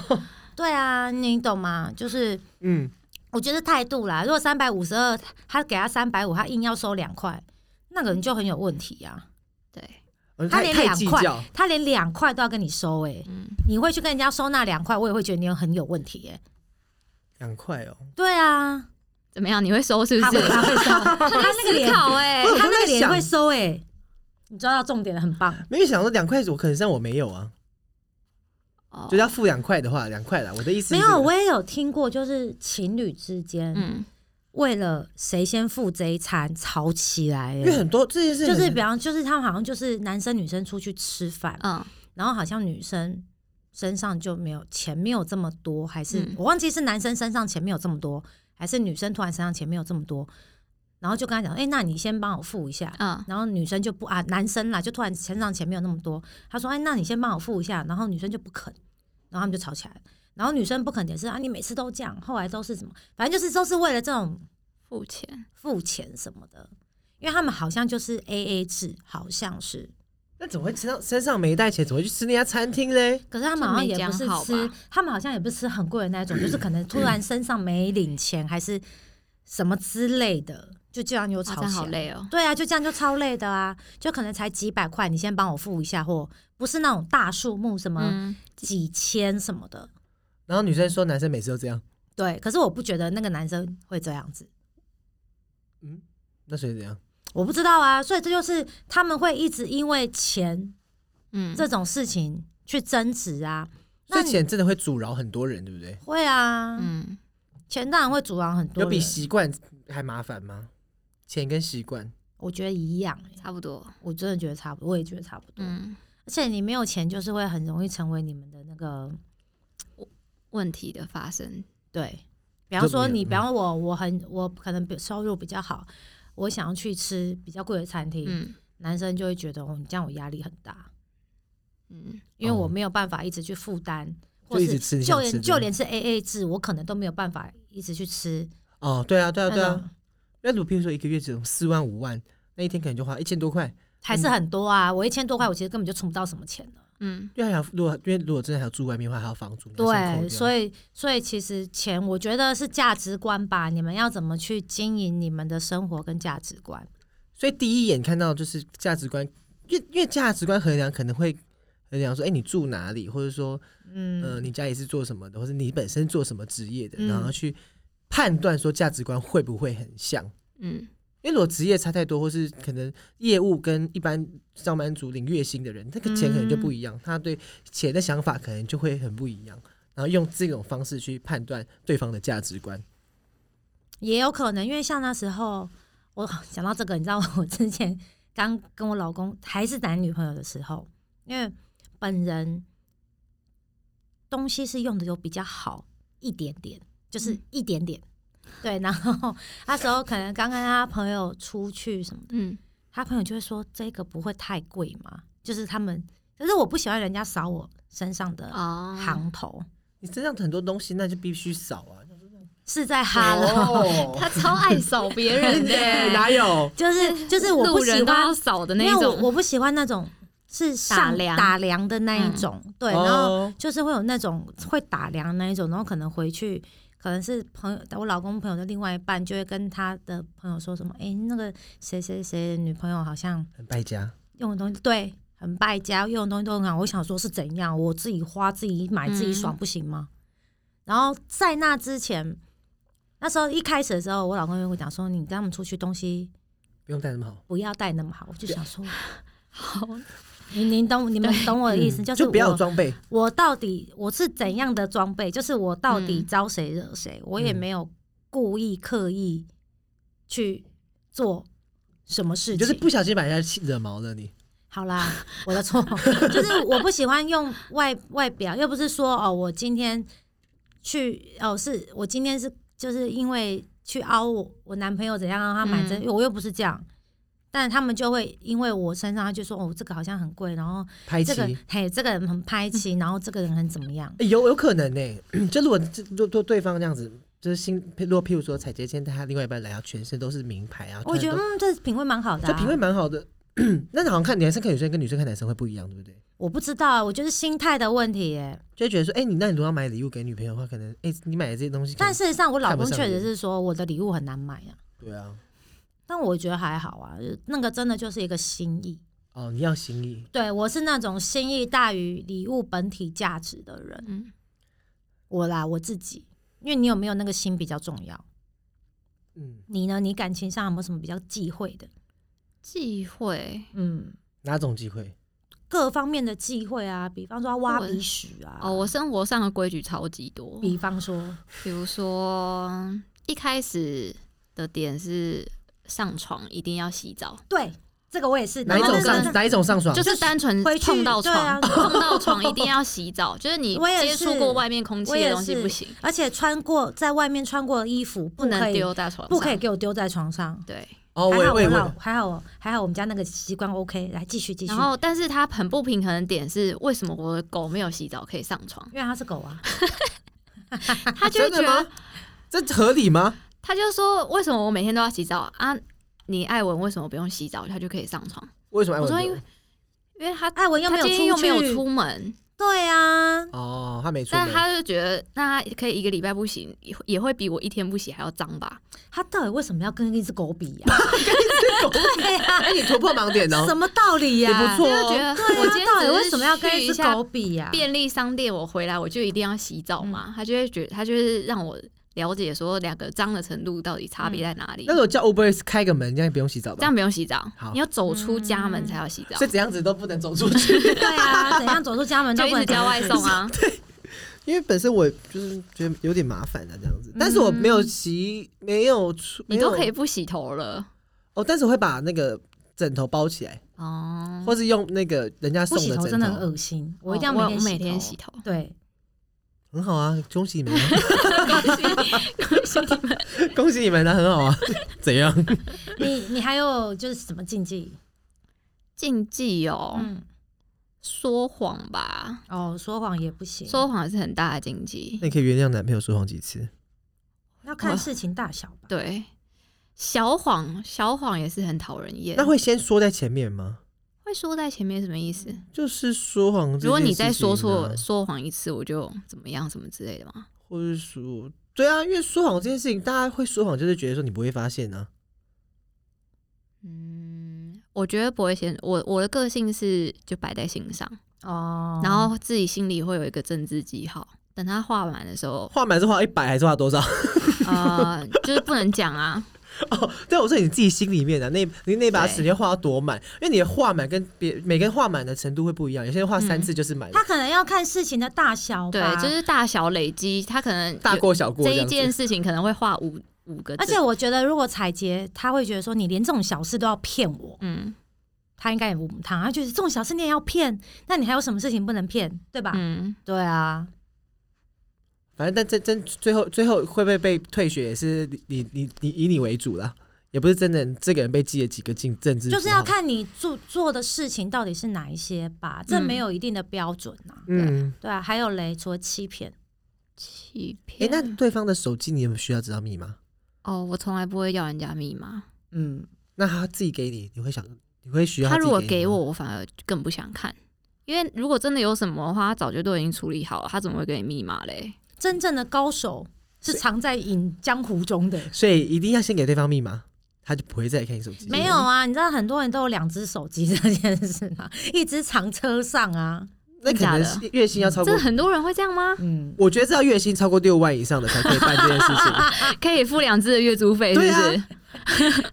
A: 对啊，你懂吗？就是
B: 嗯，
A: 我觉得态度啦，如果三百五十二，他给他三百五，他硬要收两块，那个人就很有问题啊。
C: 对，
B: 哦
A: 他
B: 太
A: 连
B: 太
A: 两
B: 计
A: 块
B: 较，
A: 他连两块都要跟你收、欸，
C: 嗯，
A: 你会去跟人家收那两块，我也会觉得你很有问题、欸，
B: 两块哦。
A: 对啊，
C: 怎么样？你会收是
A: 他
C: 不
A: 会
C: 是？
A: 他会收，他那个 脸，
C: 好 哎、
B: 我
A: 他那
B: 就
A: 个
B: 在
A: 脸
B: 想
A: 会，收、欸，哎，你抓到重点了，很棒。
B: 没有想说两块，我可能像我没有啊，
C: 哦
B: 就是要付两块的话，两块啦。我的意思
A: 没
B: 是这
A: 有，
B: 个
A: 我也有听过，就是情侣之间，
C: 嗯，
A: 为了谁先付这一餐吵起来
B: 因为
A: 了。
B: 很多这件事
A: 就
B: 很
A: 是比方，就是他们好像就是男生女生出去吃饭，
C: 嗯，
A: 然后好像女生身上就没有钱没有这么多，还是、
C: 嗯
A: 我忘记是男生身上钱没有这么多，还是女生突然身上钱没有这么多，然后就跟他讲，哎、那你先帮我付一下。
C: 嗯，
A: 然后女生就不啊，男生啦，就突然身上钱没有那么多，他说，哎，那你先帮我付一下，然后女生就不肯，然后他们就吵起来了。然后女生不肯也是啊，你每次都这样，后来都是什么，反正就是都是为了这种
C: 付钱，
A: 付钱什么的，因为他们好像就是 A A 制，好像是，
B: 那怎么会身上身上没带钱，怎么会去吃那家餐厅嘞？
A: 可是他们好像也不是
C: 这没讲好
A: 吃
C: 吧，
A: 他们好像也不是吃很贵的那 种，就是可能突然身上没领钱还是什么之类的，就这样又
C: 哇，
A: 吵
C: 这样
A: 起
C: 好
A: 来。
C: 累哦。
A: 对啊，就这样就超累的啊，就可能才几百块，你先帮我付一下，或不是那种大数目，什么
C: 嗯，
A: 几千什么的。
B: 然后女生说男生每次都这样，
A: 对，
C: 嗯
A: 可是我不觉得那个男生会这样子，
B: 嗯，那所以怎样？
A: 我不知道啊，所以这就是他们会一直因为钱
C: 嗯，
A: 这种事情去争执啊。
B: 所
A: 那
B: 以
A: 你
B: 钱真的会阻挠很多人，对不对？
A: 会啊，
C: 嗯，
A: 钱当然会阻挠很多
B: 有
A: 人。
B: 比习惯还麻烦吗？钱跟习惯，
A: 我觉得一样欸、
C: 差不多，
A: 我真的觉得差不多，我也觉得差不多。
C: 嗯，
A: 而且你没有钱，就是会很容易成为你们的那个
C: 问题的发生，
A: 对。比方说
B: 这不
A: 你，
B: 也
A: 比方我，我很我可能比收入比较好，我想要去吃比较贵的餐厅，
C: 嗯
A: 男生就会觉得哦，你这样我压力很大，
C: 嗯，
A: 因为我
B: 哦
A: 没有办法一直去负担，或
B: 就一
A: 是
B: 直吃你
A: 就
B: 想吃
A: 连
B: 的
A: 就连是 A A 制，我可能都没有办法一直去吃
B: 哦，对啊，对啊，
A: 那种，
B: 对啊。那如果譬如说一个月只有四万五万，那一天可能就花一千多块。
A: 还是很多啊。我一千多块，我其实根本就存不到什么钱了。
C: 嗯，
B: 因为还要如果因为如果真的还要住外面的话，还要房租。
A: 对，
B: 以
A: 所以所以其实钱，我觉得是价值观吧。你们要怎么去经营你们的生活跟价值观？
B: 所以第一眼看到就是价值观，因为因为价值观衡量可能会衡量说，哎、你住哪里，或者说，
A: 嗯，
B: 呃，你家里是做什么的，或者你本身做什么职业的，
A: 嗯
B: 然后去判断说价值观会不会很像。
C: 嗯，
B: 因为如果职业差太多，或是可能业务跟一般上班族领月薪的人，那个钱可能就
A: 嗯
B: 不一样，他对钱的想法可能就会很不一样，然后用这种方式去判断对方的价值观。
A: 也有可能，因为像那时候我讲到这个，你知道我 之前刚跟我老公还是男女朋友的时候，因为本人东西是用的有比较好一点点，就是
C: 嗯
A: 一点点。对，然后 那时候可能刚跟他朋友出去什么的
C: 嗯，
A: 他朋友就会说：“这个不会太贵吗？”就是他们，可是我不喜欢人家扫我身上的
C: 哦，
A: 行头，
B: 你身上很多东西，那就必须少啊。
A: 是在哈了，
B: 哦，
C: 他超爱扫别人的欸，
B: 哪 有？
A: 就是就是我不
C: 路
A: 喜
C: 人都
A: 欢
C: 要，扫的
A: 因
C: 那
A: 为我
C: 种，
A: 我不喜欢那种是上
C: 打量嗯
A: 打量的那一种， 对，然后
B: 哦
A: 就是会有那种会打量那一种，然后可能回去。可能是朋友，我老公朋友的另外一半就会跟他的朋友说什么：“哎、那个谁谁谁的女朋友好像
B: 很败家。
A: 用的东西对很败家，用的东西都很好。我想说是怎样，我自己花自己买
C: 嗯
A: 自己爽不行吗？然后在那之前，那时候一开始的时候，我老公就跟我讲说，你跟他们出去东西
B: 不用带那么好，
A: 不要带那么好。我就想说，
C: 好，
A: 你您懂你们懂我的意思，
B: 嗯
A: 就是
B: 不要有
A: 我
B: 装备。
A: 我到底我是怎样的装备，就是我到底
C: 嗯
A: 招谁惹谁，我也
B: 嗯
A: 没有故意刻意去做什么事
B: 你
A: 情，
B: 就是不小心把人家气惹毛了你，
A: 好啦，我的错， 就是我不喜欢用外外表，又不是说哦，我今天去哦，是我今天是就是因为去凹我我男朋友怎样让他买这，
C: 嗯
A: 我又不是这样，但他们就会因为我身上他就说哦，这个好像很贵，然后
B: 拍
A: 这
B: 气。
A: 个嘿，这个人很拍 气，然后这个人很怎么样，
B: 欸有有可能呢、就如果这如果对方这样子，就是新，譬如果譬如说彩杰今天带他另外一半来，啊，全身都是名牌啊，
A: 我觉得
B: 穿
A: 嗯，这品味蛮好的、
B: 都
A: 啊，
B: 这品味蛮好的。 那好像看男生看女生跟女生看男生会不一样，对不对？
A: 我不知道啊，我觉得心态的问题耶。
B: 就会觉得说，哎、你那你如果要买礼物给女朋友的话，可能哎、你买的这些东西可能，
A: 但事实上，我老
B: 看不
A: 公
B: 上
A: 确实
B: 眼
A: 是说我的礼物很难买啊，
B: 对啊，
A: 但我觉得还好啊，那个真的就是一个心意。
B: 哦，你要心意，
A: 对我是那种心意大于礼物本体价值的人，
C: 嗯，
A: 我啦我自己，因为你有没有那个心比较重要。
B: 嗯，
A: 你呢？你感情上有没有什么比较忌讳的？
C: 忌讳，
A: 嗯，
B: 哪种机会？
A: 各方面的忌讳啊，比方说挖
C: 我
A: 鼻屎啊，
C: 哦，我生活上的规矩超级多，
A: 比方说，
C: 比如说一开始的点是上床一定要洗澡，
A: 对这个我也是。
B: 哪一
A: 然后
B: 种
A: 那个
B: 上哪一种上爽？
C: 就是单纯
A: 回去
C: 碰到
A: 对
C: 床，
A: 啊
C: 碰到床一定要洗澡，就是你
A: 我也
C: 接触
A: 是
C: 过外面空气
A: 我也
C: 的东西
A: 是
C: 不行，
A: 而且穿过在外面穿过的衣服不
C: 不
A: 可
C: 能
A: 以
C: 丢在床上，
A: 不可以给我丢在床上。
C: 对。
B: 哦，我
A: 还
B: 也
A: 好
B: 我
A: 我
B: 也
A: 老
B: 问，
A: 还好还好我们家那个习惯 OK，来继续继续
C: 然。后，但是它很不平衡的点是，为什么我的狗没有洗澡可以上 床？
A: 因为它是狗啊，
C: 它就
B: 啊真
C: 会觉
B: 的
C: 得
B: 吗，？这合理吗？
C: 它就说为什么我每天都要洗澡啊？你艾文为什么不用洗澡，它就可以上床？
B: 为什么爱
C: 我
B: 闻
C: 说
B: 狗？
C: 因为因为它
A: 艾哎文又
C: 它
A: 没有
C: 今
A: 出
C: 天又没有
A: 去
C: 出门，
A: 对啊，
B: 哦，他没出
C: 但
B: 门，
C: 他就觉得那他可以一个礼拜不洗，也会也会比我一天不洗还要脏吧？
A: 它到底为什么要跟一只狗比呀？对呀，
B: 哎，你突破盲点哦
A: 什，么道理呀？
B: 也不错哦
C: 就觉得我今
A: 对
C: 天
A: 啊，到
C: 只
A: 底
C: 是
A: 为什么要跟
C: 去
A: 一
C: 一
A: 只
C: 下
A: 狗比呀？
C: 便利商店，我回来我就一定要洗澡嘛？
A: 嗯
C: 他就会觉得他就是让我了解说两个脏的程度到底差别在哪里。
B: 那
A: 嗯
B: 个叫 Uber Eats 开个门，这样也不用洗澡
C: 这
B: 吧？
C: 样不用洗澡
B: 好，
C: 你要走出家门才要洗澡
B: 所，
A: 嗯
B: 以怎样子都不能走出去，
A: 对啊，怎样走出家门
C: 就
A: 都
C: 一
A: 不
C: 直
A: 能
C: 叫外 送啊。
B: 因为本身我就是觉得有点麻烦啊的、这样子，但是我没有洗，没有出，
C: 嗯你
B: 没有
C: 都可以不洗头了
B: 哦，但是我会把那个枕头包起来，
C: 哦。
B: 或是用那个人家
A: 不
B: 送
A: 嗯洗
B: 的
A: 头
B: 枕
A: 真的很
B: 头，
A: 恶心，我一定要
C: 我
A: 每
C: 哦我
A: 天
C: 每天洗
A: 洗头。
C: 头，
A: 对，
B: 很好啊，恭喜你们，
C: 恭喜你们
B: 恭喜你们啊，很好啊， 怎样？
A: 你你还有就是什么禁忌？
C: 禁忌哦，
A: 嗯，
C: 说谎吧，
A: 哦，说谎也不行，
C: 说谎是很大的禁忌。
B: 那你可以原谅男朋友说谎几次？
A: 要看事情大小吧。
C: 对，小谎小谎也是很讨人厌。
B: 那会先说在前面吗？
C: 会说在前面什么意思？
B: 嗯就是说谎、
C: 如果你再说错，说谎一次，我就怎么样什么之类的吗？
B: 或是说，对啊，因为说谎这件事情，大家会说谎，就是觉得说你不会发现啊。，
C: 嗯，我觉得不会先，我我的个性是就摆在心上，
A: 哦，
C: 然后自己心里会有一个政治记号。等他画完的时候
B: 画满是画一百还是画多少？
C: 呃，就是不能讲啊，
B: 哦，对，我说你自己心里面的、那你那把尺
C: 对
B: 要画到多满，因为你的画满跟别每个人画满的程度会不一样，有些人画三次就是满，
A: 嗯他可能要看事情的大小
C: 对
A: 吧。，
C: 就是大小累积，他可能
B: 大
C: 有
B: 过小过
C: 这
B: 这
C: 一
B: 样
C: 件
B: 子。
C: 事情可能会画五五个字，
A: 而且我觉得，如果彩杰他会觉得说你连这种小事都要骗我，
C: 嗯
A: 他应该也无母汤，他就是这种小事你也要骗，那你还有什么事情不能骗，对吧？
C: 嗯，
A: 对啊，
B: 反正但真真最后最后会不会被退学也是你你你你以你为主啦，也不是真的这个人被记了几个进政治，
A: 就是要。看你做做的事情到底是哪一些吧，这
C: 嗯
A: 没有一定的标准啊。
B: 嗯，
A: 对啊，还有嘞，除了欺骗，
C: 欺
B: 哎、
C: 骗。
B: 那对方的手机你有没有需要知道密码？
C: 哦，我从来不会要人家密码，
A: 嗯，
B: 那他自己给你，你会想，你会需要
A: 啊
C: 他
B: 自
C: 如
B: 己
C: 果
B: 你
C: 给
B: 吗
C: 我，，我反而更不想看，因为如果真的有什么的话，他早就都已经处理好了，他怎么会给你密码嘞？
A: 真正的高手是藏在隐江湖中的。
B: 所以一定要先给对方密码，他就不会再看你手机。
A: 没有啊，你知道很多人都有两只手机这件事吗？ 一只藏车上啊，？
B: 那可
C: 假
B: 能
C: 的
B: 是月薪要超
C: 真
B: 过
C: 的，很多人会嗯这样吗
A: 嗯，
B: 我觉得这要月薪超过六万以上的才可以办这件事情，
C: 可以付两只的月租费，是不
B: 对
C: 是
B: 啊？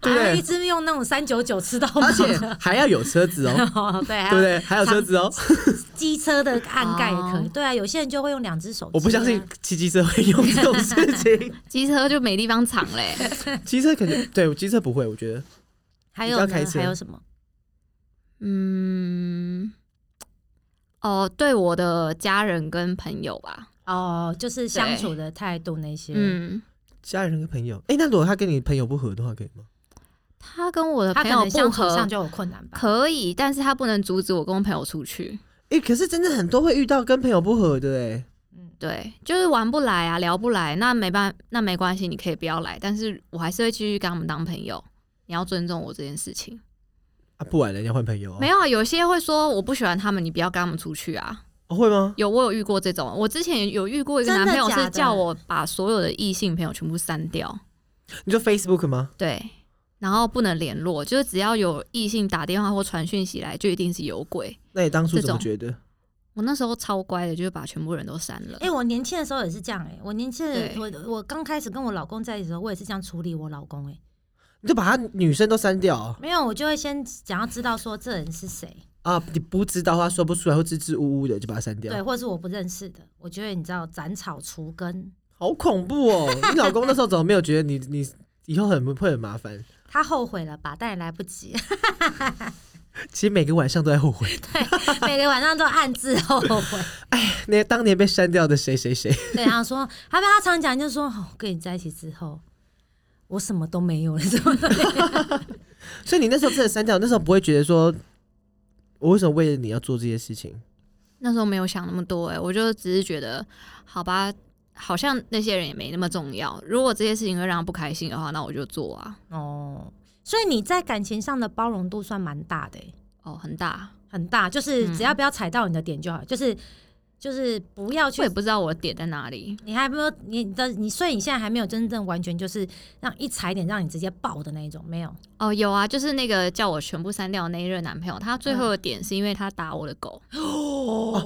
B: 对不
A: 还有一
B: 对？
A: 只用那种三九九吃到饱
B: 而且
A: 的，
B: 还要有车子 哦，
A: 对
B: 对不
A: 啊，
B: 对？还有车子哦，
A: 机车的按盖也可以。
C: 哦
A: 对啊，有些人就会用两只手机啊、
B: 我不相信骑机车会用这种事情，
C: 机车就没地方藏 嘞，
B: 机车可能对，机车不会，我觉得
A: 还有
B: 比较开
A: 呢？
B: 车
A: 还有什么？
C: 嗯，哦，对我的家人跟朋友吧，
A: 哦，就是相处的态度那些。
C: 嗯，
B: 家人跟朋友。哎，那如果他跟你朋友不合的话，可以吗？
C: 他跟我的
A: 他
C: 朋
A: 可
C: 友
A: 能
C: 不
A: 相处
C: 合
A: 上就有困难吧。
C: 可以，但是他不能阻止我跟我朋友出去，
B: 哎，可是真的很多会遇到跟朋友不合的哎。
A: 嗯，
C: 对，就是玩不来啊，聊不来，那没办，那没关系，你可以不要来，但是我还是会继续跟他们当朋友。你要尊重我这件事情。
B: 啊，不玩了，你要换朋友、哦？
C: 没有啊，有些会说我不喜欢他们，你不要跟他们出去啊。
B: 哦会吗？
C: 有我有遇过这种，我之前有遇过一个
A: 真的
C: 男朋友
A: 假
C: 是
A: 的
C: 叫我把所有的异性朋友全部删掉，
B: 你说 Facebook 吗？
C: 对，然后不能联络，就是只要有异性打电话或传讯息来，就一定是有鬼。
B: 那你当初
C: 这
B: 怎么
C: 种
B: 觉得？
C: 我那时候超乖的，就是把全部人都删了
A: 哎、。我年轻的时候也是这样哎、我年轻的
C: 对
A: 我我刚开始跟我老公在一起的时候，我也是这样处理我老公哎、
B: 你就把他女生都删掉哦
A: 没有，我就会先想要知道说这人是谁，
B: 啊！你不知道他说不出来，或支支吾吾的就把他删
A: 对，
B: 掉，
A: 或者是我不认识的，我觉得你知道斩草除根，
B: 好恐怖哦！你老公那时候怎么没有觉得你你以后很会很麻烦？
A: 他后悔了吧？但也来不及，
B: 其实每个晚上都在后悔， 哎
A: 每个晚上都暗自后悔。
B: 那当年被删掉的谁谁谁，
A: 对，他说，他被他常讲，就是说、哦，跟你在一起之后，我什么都没有了， 什么都没有
B: 所以你那时候真的删掉，那时候不会觉得说，我为什么为了你要做这些事情？
C: 那时候没有想那么多、欸，哎，我就只是觉得，好吧，好像那些人也没那么重要。如果这些事情会让他不开心的话，那我就做啊。
A: 哦，所以你在感情上的包容度算蛮大的欸、
C: 哦，很大，
A: 很大，就是
C: 嗯
A: 只要不要踩到你的点就好，就是就是不要
C: 我也
A: 去。
C: 不知道我的点在哪里。
A: 你还没有你的你，所以你现在还没有真正完全就是让一踩点让你直接爆的那一种，没有
C: 哦，有啊，就是那个叫我全部删掉的那一任男朋友，他最后的
A: 嗯
C: 点是因为他打我的狗，
B: 哦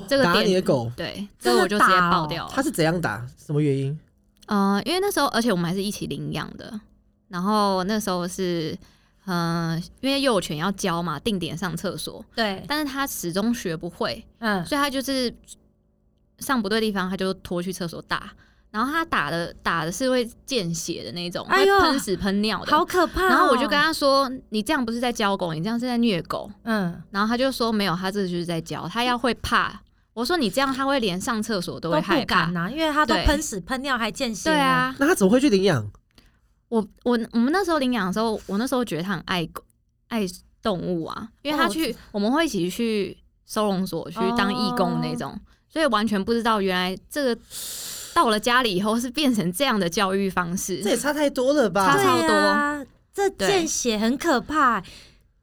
C: 这个
B: 打
C: 点
B: 你的狗，
C: 对，
A: 真
C: 这
A: 的
C: 我就直接
A: 打哦
C: 爆掉了。
B: 他是怎样打？什么原因？
C: 嗯、因为那时候，而且我们还是一起领养的。然后那时候是，嗯、因为幼犬要教嘛，定点上厕所，
A: 对，
C: 但是他始终学不会，
A: 嗯，
C: 所以他就是上不对地方，他就拖去厕所打。然后他打的打的是会见血的那种，
A: 哎呦
C: 会喷屎喷尿的。
A: 好可怕、哦
C: 然后我就跟，他说：“你这样不是在教狗，你这样是在虐狗。”
A: 嗯，
C: 然后他就说没有，他这就是在教，他要会怕。我说你这样，他会连上厕所都
A: 都
C: 会害
A: 不
C: 怕
A: 敢。呐、啊因为他都
C: 对
A: 喷屎喷尿还见血，
C: 对，啊，
B: 那他怎么会去领 养？
C: 我我我们那时候领养的时候，我那时候觉得他很爱狗爱动物啊，因为
A: 哦
C: 他
A: 我
C: 去、
A: 知
C: 我们会一起去收容所去当义工
B: 哦
C: 那种，所以完全不知道原来这个到了家里以后是变成这样的教育方式
B: 这。也差太多了吧？
C: 差
A: 对
C: 超多
A: 啊，这
C: 对
A: 见血很可怕、欸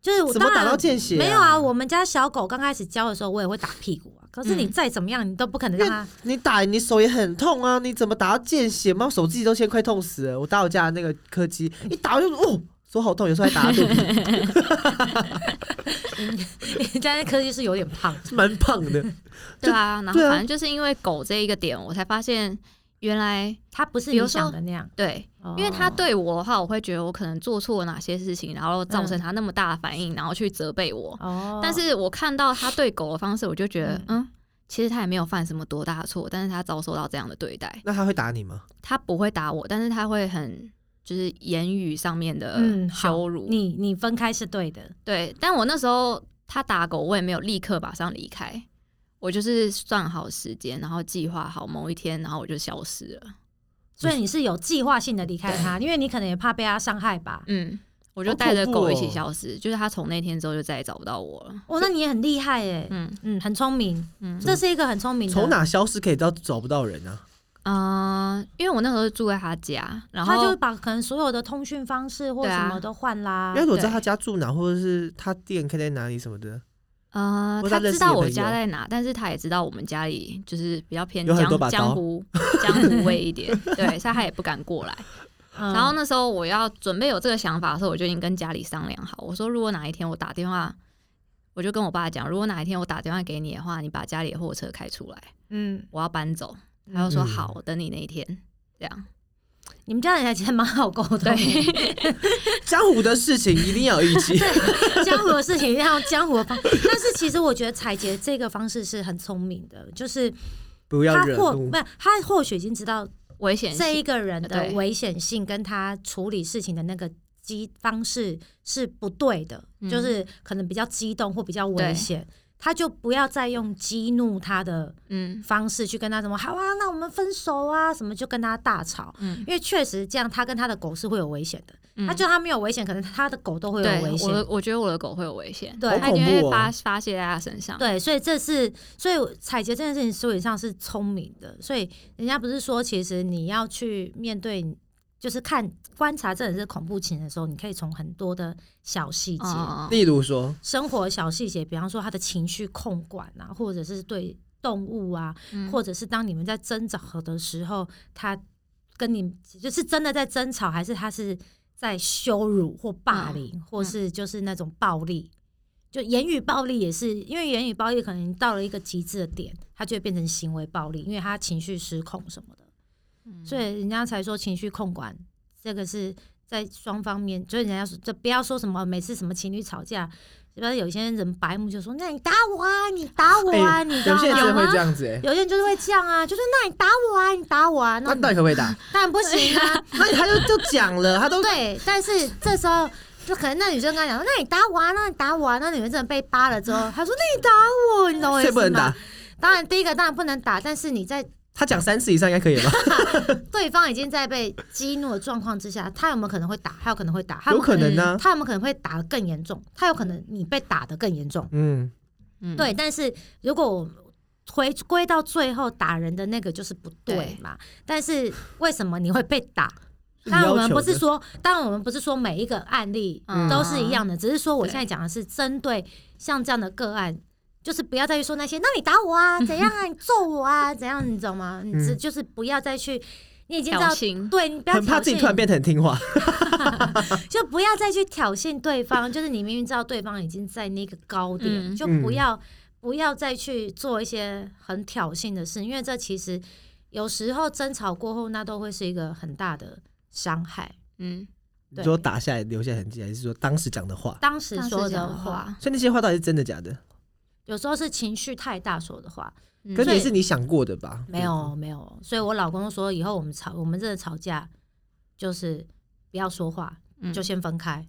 A: 就是我
B: 怎么
A: 当
B: 打
A: 然
B: 到见血、
A: 没有啊，我们家小狗刚开始教的时候，我也会打屁股啊。可是你
C: 嗯
A: 再怎么样，你都不可能
B: 因
A: 让
B: 为
A: 它。
B: 你打你手也很痛啊，你怎么打到见血吗？我手自己都现在快痛死了。我打我家的那个柯基，
A: 嗯
B: 一打我就哦，手好痛，有时候还打到肚 皮，
A: 人家那科技是有点胖，
B: 蛮胖的。
C: 对啊，然后
B: 对啊
C: 反正就是因为狗这一个点，我才发现原来
A: 它不是
C: 比
A: 你
C: 如说
A: 想的那样，哦
C: 对因为
B: 哦
C: 他对我的话，我会觉得我可能做错了哪些事情，然后造成他那么大的反应，然后去责备我。
A: 哦，
C: 但是我看到他对狗的方式，我就觉得，
A: 嗯
C: 嗯，其实他也没有犯什么多大的错，但是他遭受到这样的对待，
B: 那他会打你吗？
C: 他不会打我，但是他会很就是言语上面的
A: 嗯好
C: 呃羞辱。
A: 你你分开是对的，
C: 对，但我那时候他打狗，我也没有立刻马上离开，我就是算好时间，然后计划好某一天，然后我就消失了。
A: 所以你是有计划性的离开它，因为你可能也怕被它伤害吧。
C: 嗯，我就
B: 好
C: 带着
B: 恐怖
C: 狗一起
B: 哦
C: 消失，就是他从那天之后就再也找不到我了。
A: 哦，那你也很厉害耶，
C: 嗯
A: 嗯，很聪明，
C: 嗯，
A: 这是一个很聪明的。
B: 从？哪消失可以到找不到人啊？
C: 啊、因为我那时候是住在他家，然
A: 他就
C: 后
A: 把可能所有的通讯方式或
C: 对
A: 什
C: 啊
A: 么都换啦
B: 因。为我知道
C: 对
B: 他家住哪，或者是他店开在哪里什么的，
C: 呃
B: 或，者
C: 他
B: 他认
C: 知
B: 识你
C: 道
B: 的
C: 我
B: 朋
C: 家
B: 友
C: 在哪，但是他也知道我们家里就是比较偏
B: 有很多把
C: 江
B: 刀
C: 江湖江湖味一点，对，所以他也不敢过来。
A: 嗯
C: 然后那时候我要准备有这个想法的时候，我就已经跟家里商量好，我说如果哪一天我打电话，我就跟我爸讲，如果哪一天我打电话给你的话，你把家里的货车开出来，
A: 嗯，
C: 我要搬走。他就说
B: 嗯
C: 好，我等你那一天。这样，
A: 你们家人还其实蛮好沟通的。
C: 对
B: 江湖的事情一定要有义气。
A: 江湖的事情一定要江湖的方，但是其实我觉得彩杰这个方式是很聪明的，就是
B: 不要
A: 他
B: 惹
A: 或
B: 怒
A: 不，他或许已经知道
C: 危险
A: 这
C: 性
A: 一个人的
C: 对
A: 危险性跟他处理事情的那个激方式是不对的，
C: 嗯
A: 就是可能比较激动或比较危
C: 对
A: 险。他就不要再用激怒他的
C: 嗯
A: 方式去跟他什么好啊，那我们分手啊，什么就跟他大吵，
C: 嗯，
A: 因为确实这样他跟他的狗是会有危险的。
C: 嗯
A: 他就他没有危险，可能他的狗都会有
C: 对
A: 危险。
C: 我的，我觉得我的狗会有危险，
A: 对
C: 它一定
B: 好恐怖
C: 会
B: 哦
C: 发发泄在它身上。
A: 对，所以这是，所以采撷这件事情，所以上是聪明的。所以人家不是说，其实你要去面对，就是看观察这人是恐怖情人的时候，你可以从很多的小细节、
C: 嗯，嗯嗯
B: 例如说，
A: 生活小细节，比方说他的情绪控管啊，或者是对动物啊，
C: 嗯
A: 或者是当你们在争吵的时候，他跟你就是真的在争吵，还是他是在羞辱或
B: 嗯
A: 霸凌，或是就是那种暴力，就言语暴力也是，因为言语暴力可能到了一个极致的点，他就会变成行为暴力，因为他情绪失控什么的，
B: 嗯
C: 嗯
A: 所以人家才说情绪控管这个是。在双方面，就是人家说，就不要说什么每次什么情侣吵架，不要有些人白目就说，那你打我啊，你打我啊，你打
B: 哎有
A: 我、啊，
B: 些人真的会
A: 吗
B: 这样子哎、欸，
A: 有些人就是会这样 啊，就是那你打我啊，你打我啊，
B: 那
A: 那
B: 到底可不可以打？
A: 当然不行啊。
B: 那他就就讲了，他都
A: 对，但是这时候就可能那女生跟他讲说，那你打我啊，那你打我啊，那女生真的被扒了之后，他说那你打我，你懂我意
B: 所以不
A: 思
B: 能
A: 吗
B: 打？。
A: 当然，第一个当然不能打，但是你在
B: 他讲三次以上应该可以吧？
A: 对方已经在被激怒的状况之下，他有没有可能会打？他有可能会 打，他
B: 有
A: 有
B: 可能啊呢、
A: 他有没有可能会打得更严重？他有可能你被打得更严重。
B: 嗯，
C: 嗯，
A: 对，但是如果我回归到最后打人的那个就是不对
C: 对
A: 嘛。但是为什么你会被打？
B: 是你
A: 当然我
B: 要
A: 们
B: 求
A: 不是
B: 的
A: 说，当然我们不是说每一个案例
C: 嗯
A: 都是一
B: 啊
A: 样的，只是说我现在
C: 对
A: 讲的是针对像这样的个案。就是不要再去说那些，那你打我啊，怎样啊，你揍我啊，怎样，你懂吗？你只
B: 嗯
A: 就是不要再去，你已经知
C: 挑
A: 道，
C: 衅，
A: 对你不要
B: 很怕
A: 挑
B: 自己
A: 衅
B: 突然变得很听话。
A: 就不要再去挑衅对方， 就是你明明知道对方已经在那个高点，
C: 嗯
A: 就不要、不要再去做一些很挑衅的事，因为这其实有时候争吵过后，那都会是一个很大的伤害。
C: 嗯，
B: 你
A: 对
B: 说打下来留下痕迹，还是说当时讲的话？
A: 当时说
C: 当时讲
A: 的话，，
B: 所以那些话到底是真的假的？
A: 有时候是情绪太大说的话，
C: 嗯
B: 可是
A: 所以
B: 也是你想过的吧？
A: 没有没有。所以我老公说，以后我们吵，我们真的吵架，就是不要说话，
C: 嗯
A: 就先分开。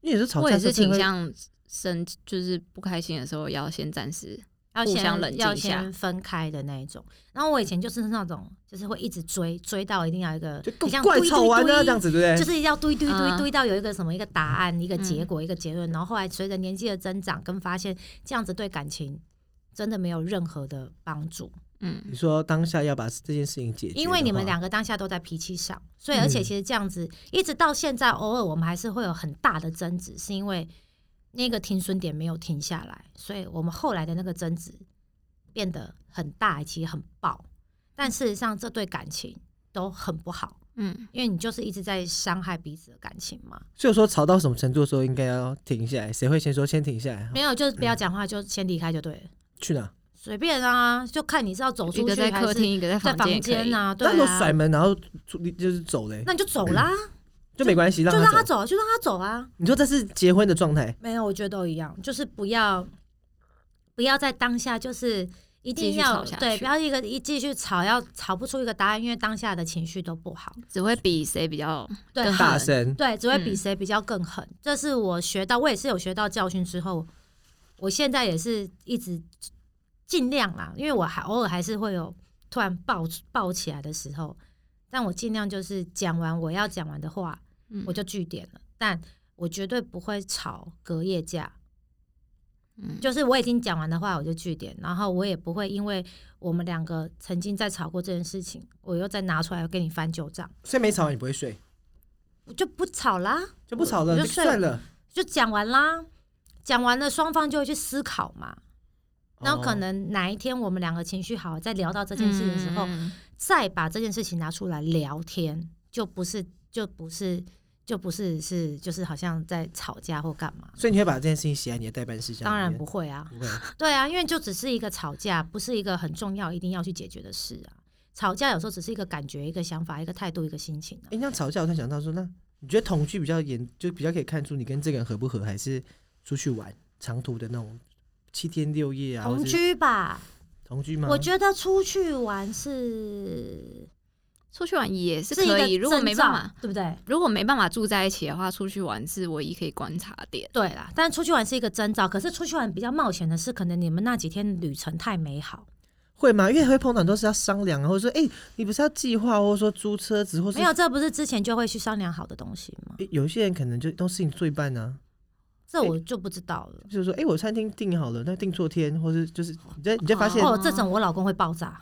B: 对，因为有时候吵
C: 我
B: 架
C: 也是
B: 真
C: 倾
B: 的会
C: 向生，就是不开心的时候要先暂时，
A: 要
C: 互
A: 先
C: 相冷
A: 要
C: 静一下
A: 先分开的那一种。然后我以前就是那种，就是会一直追，追到一定要有一个，
B: 就
A: 很像
B: 怪
A: 堆
B: 吵
A: 堆
B: 完啊，
A: 堆
B: 这样子对不
A: 就
B: 对？
A: 是要堆堆堆
C: 嗯
A: 堆到有一个什么一个答案、一个结
C: 嗯
A: 果、一个结论。然后后来随着年纪的增长，跟发现这样子对感情真的没有任何的帮助，
C: 嗯
B: 你说当下要把这件事情解决的话，
A: 因为你们两个当下都在脾气上，所以而且
B: 嗯
A: 其实这样子一直到现在，偶尔我们还是会有很大的争执，是因为那个停损点没有停下来，所以我们后来的那个争执变得很大，以及很爆。但事实上，这对感情都很不好，
C: 嗯，
A: 因为你就是一直在伤害彼此的感情嘛。
B: 所以说吵到什么程度的时候应该要停下来，谁会先说先停下来？
A: 没有，就是不要
B: 嗯
A: 讲话，就先离开就对了，
B: 去哪？
A: 随便啊，就看你是要走
C: 一
A: 出
C: 个
A: 去
C: 在
A: 还
C: 客
A: 是
C: 厅，一个
A: 在
C: 在间也
A: 房
C: 可以
A: 间，啊，对
B: 那如果
A: 啊
B: 甩，门然后出就是走嘞，
A: 那你就走啦，
B: 就没关系，让
A: 就让
B: 他
A: 他
B: 走。
A: 走，就让他走啊。
B: 你说这是结婚的状态，
A: 没有，我觉得都一样，就是不要不要在当下，就是一定
C: 继续
A: 要
C: 吵下
A: 对，
C: 去
A: 不要一个一继续吵，要吵不出一个答案，因为当下的情绪都不好，
C: 只会比谁比较
A: 对
C: 更
B: 大
C: 狠
B: 声，
A: 对，只会比
C: 嗯
A: 谁比较更狠。这是我学到，我也是有学到教训之后，我现在也是一直尽量啦，因为我还偶尔还是会有突然爆爆起来的时候，但我尽量就是讲完我要讲完的话，
C: 嗯
A: 我就据点了，但我绝对不会吵隔夜架。
C: 嗯
A: 就是我已经讲完的话，我就据点，然后我也不会因为我们两个曾经在吵过这件事情，我又再拿出来跟你翻旧账，
B: 所以没吵完你不会睡，
A: 我就不吵啦，
B: 就不吵了，
A: 我
B: 就
A: 就睡
B: 算了。
A: 就讲完啦，讲完了双方就会去思考嘛，然后可
B: 哦
A: 能哪一天我们两个情绪好，再聊到这件事情的时候，
C: 嗯
A: 再把这件事情拿出来聊天，就不是就不是就不是是就是好像在吵架或干嘛，
B: 所以你会把这件事情写在你的代办事项里
A: 当然
B: 面
A: 不会啊，
B: 不会，
A: 对啊，因为就只是一个吵架，不是一个很重要一定要去解决的事啊。吵架有时候只是一个感觉、一个想法、一个态度、一个心情、啊
B: 哎、。那吵架，我突然想到说，那你觉得同居比较严，就比较可以看出你跟这个人合不合，还是出去玩长途的那种七天六夜啊？
A: 同
B: 或是
A: 居吧，
B: 同居吗？
A: 我觉得出去玩是
C: 出去玩也是
A: 是一
C: 可
A: 个
C: 以，如果
A: 征
C: 没办
A: 兆
C: 法，，
A: 对不对？
C: 如果没办法住在一起的话，出去玩是唯一可以观察点。
A: 对啦，但出去玩是一个征兆，可是出去玩比较冒险的是，可能你们那几天旅程太美好，
B: 会吗？因为会碰到很多是要商量啊，或者说，哎、你不是要计划，或者说租车子，或是
A: 没有，这不是之前就会去商量好的东西吗？
B: 诶有些人可能就都事情做一半呢、
A: 这我就不知道了。
B: 就是说，哎、我餐厅订好了，那订错天，或是就是你在你就发现，
A: 哦，这种我老公会爆 炸。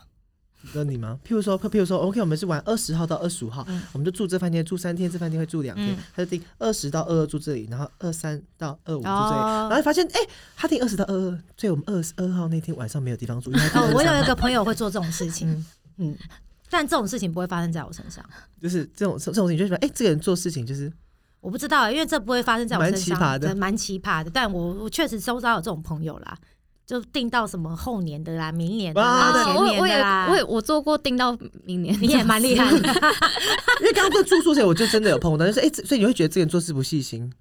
B: 你知道你吗？譬如说，譬如说，OK，我们是玩二十号到二十五号，
A: 嗯
B: 我们就住这饭店住三天，这饭店会住两天，
A: 嗯
B: 他就订二十到二二住这里，然后二三到二五住这里，
A: 哦
B: 然后发现哎、他订二十到二二，所以我们二十二号那天晚上没有地方住，因为他
A: 哦，
B: 订
A: 我有
B: 23
A: 一个朋友会做这种事情，嗯，但这种事情不会发生在我身上，
B: 就是这种这种事情，就是说哎、这个人做事情就是
A: 我不知道，因为这不会发生在我
B: 蛮
A: 身上，
B: 奇葩的
A: 真蛮奇葩的。但我我确实收到有这种朋友啦，就定到什么后年的啦、明年的啦、
B: 哇对
A: 前
C: 我也
A: 年
C: 我
A: 的
C: 也
A: 啦，
C: 我也我做过订到明年，
A: 你也蛮厉害的。
B: 因为刚刚跟住宿舍，我就真的有碰到，就是哎、这所以你会觉得这个人做事不细心，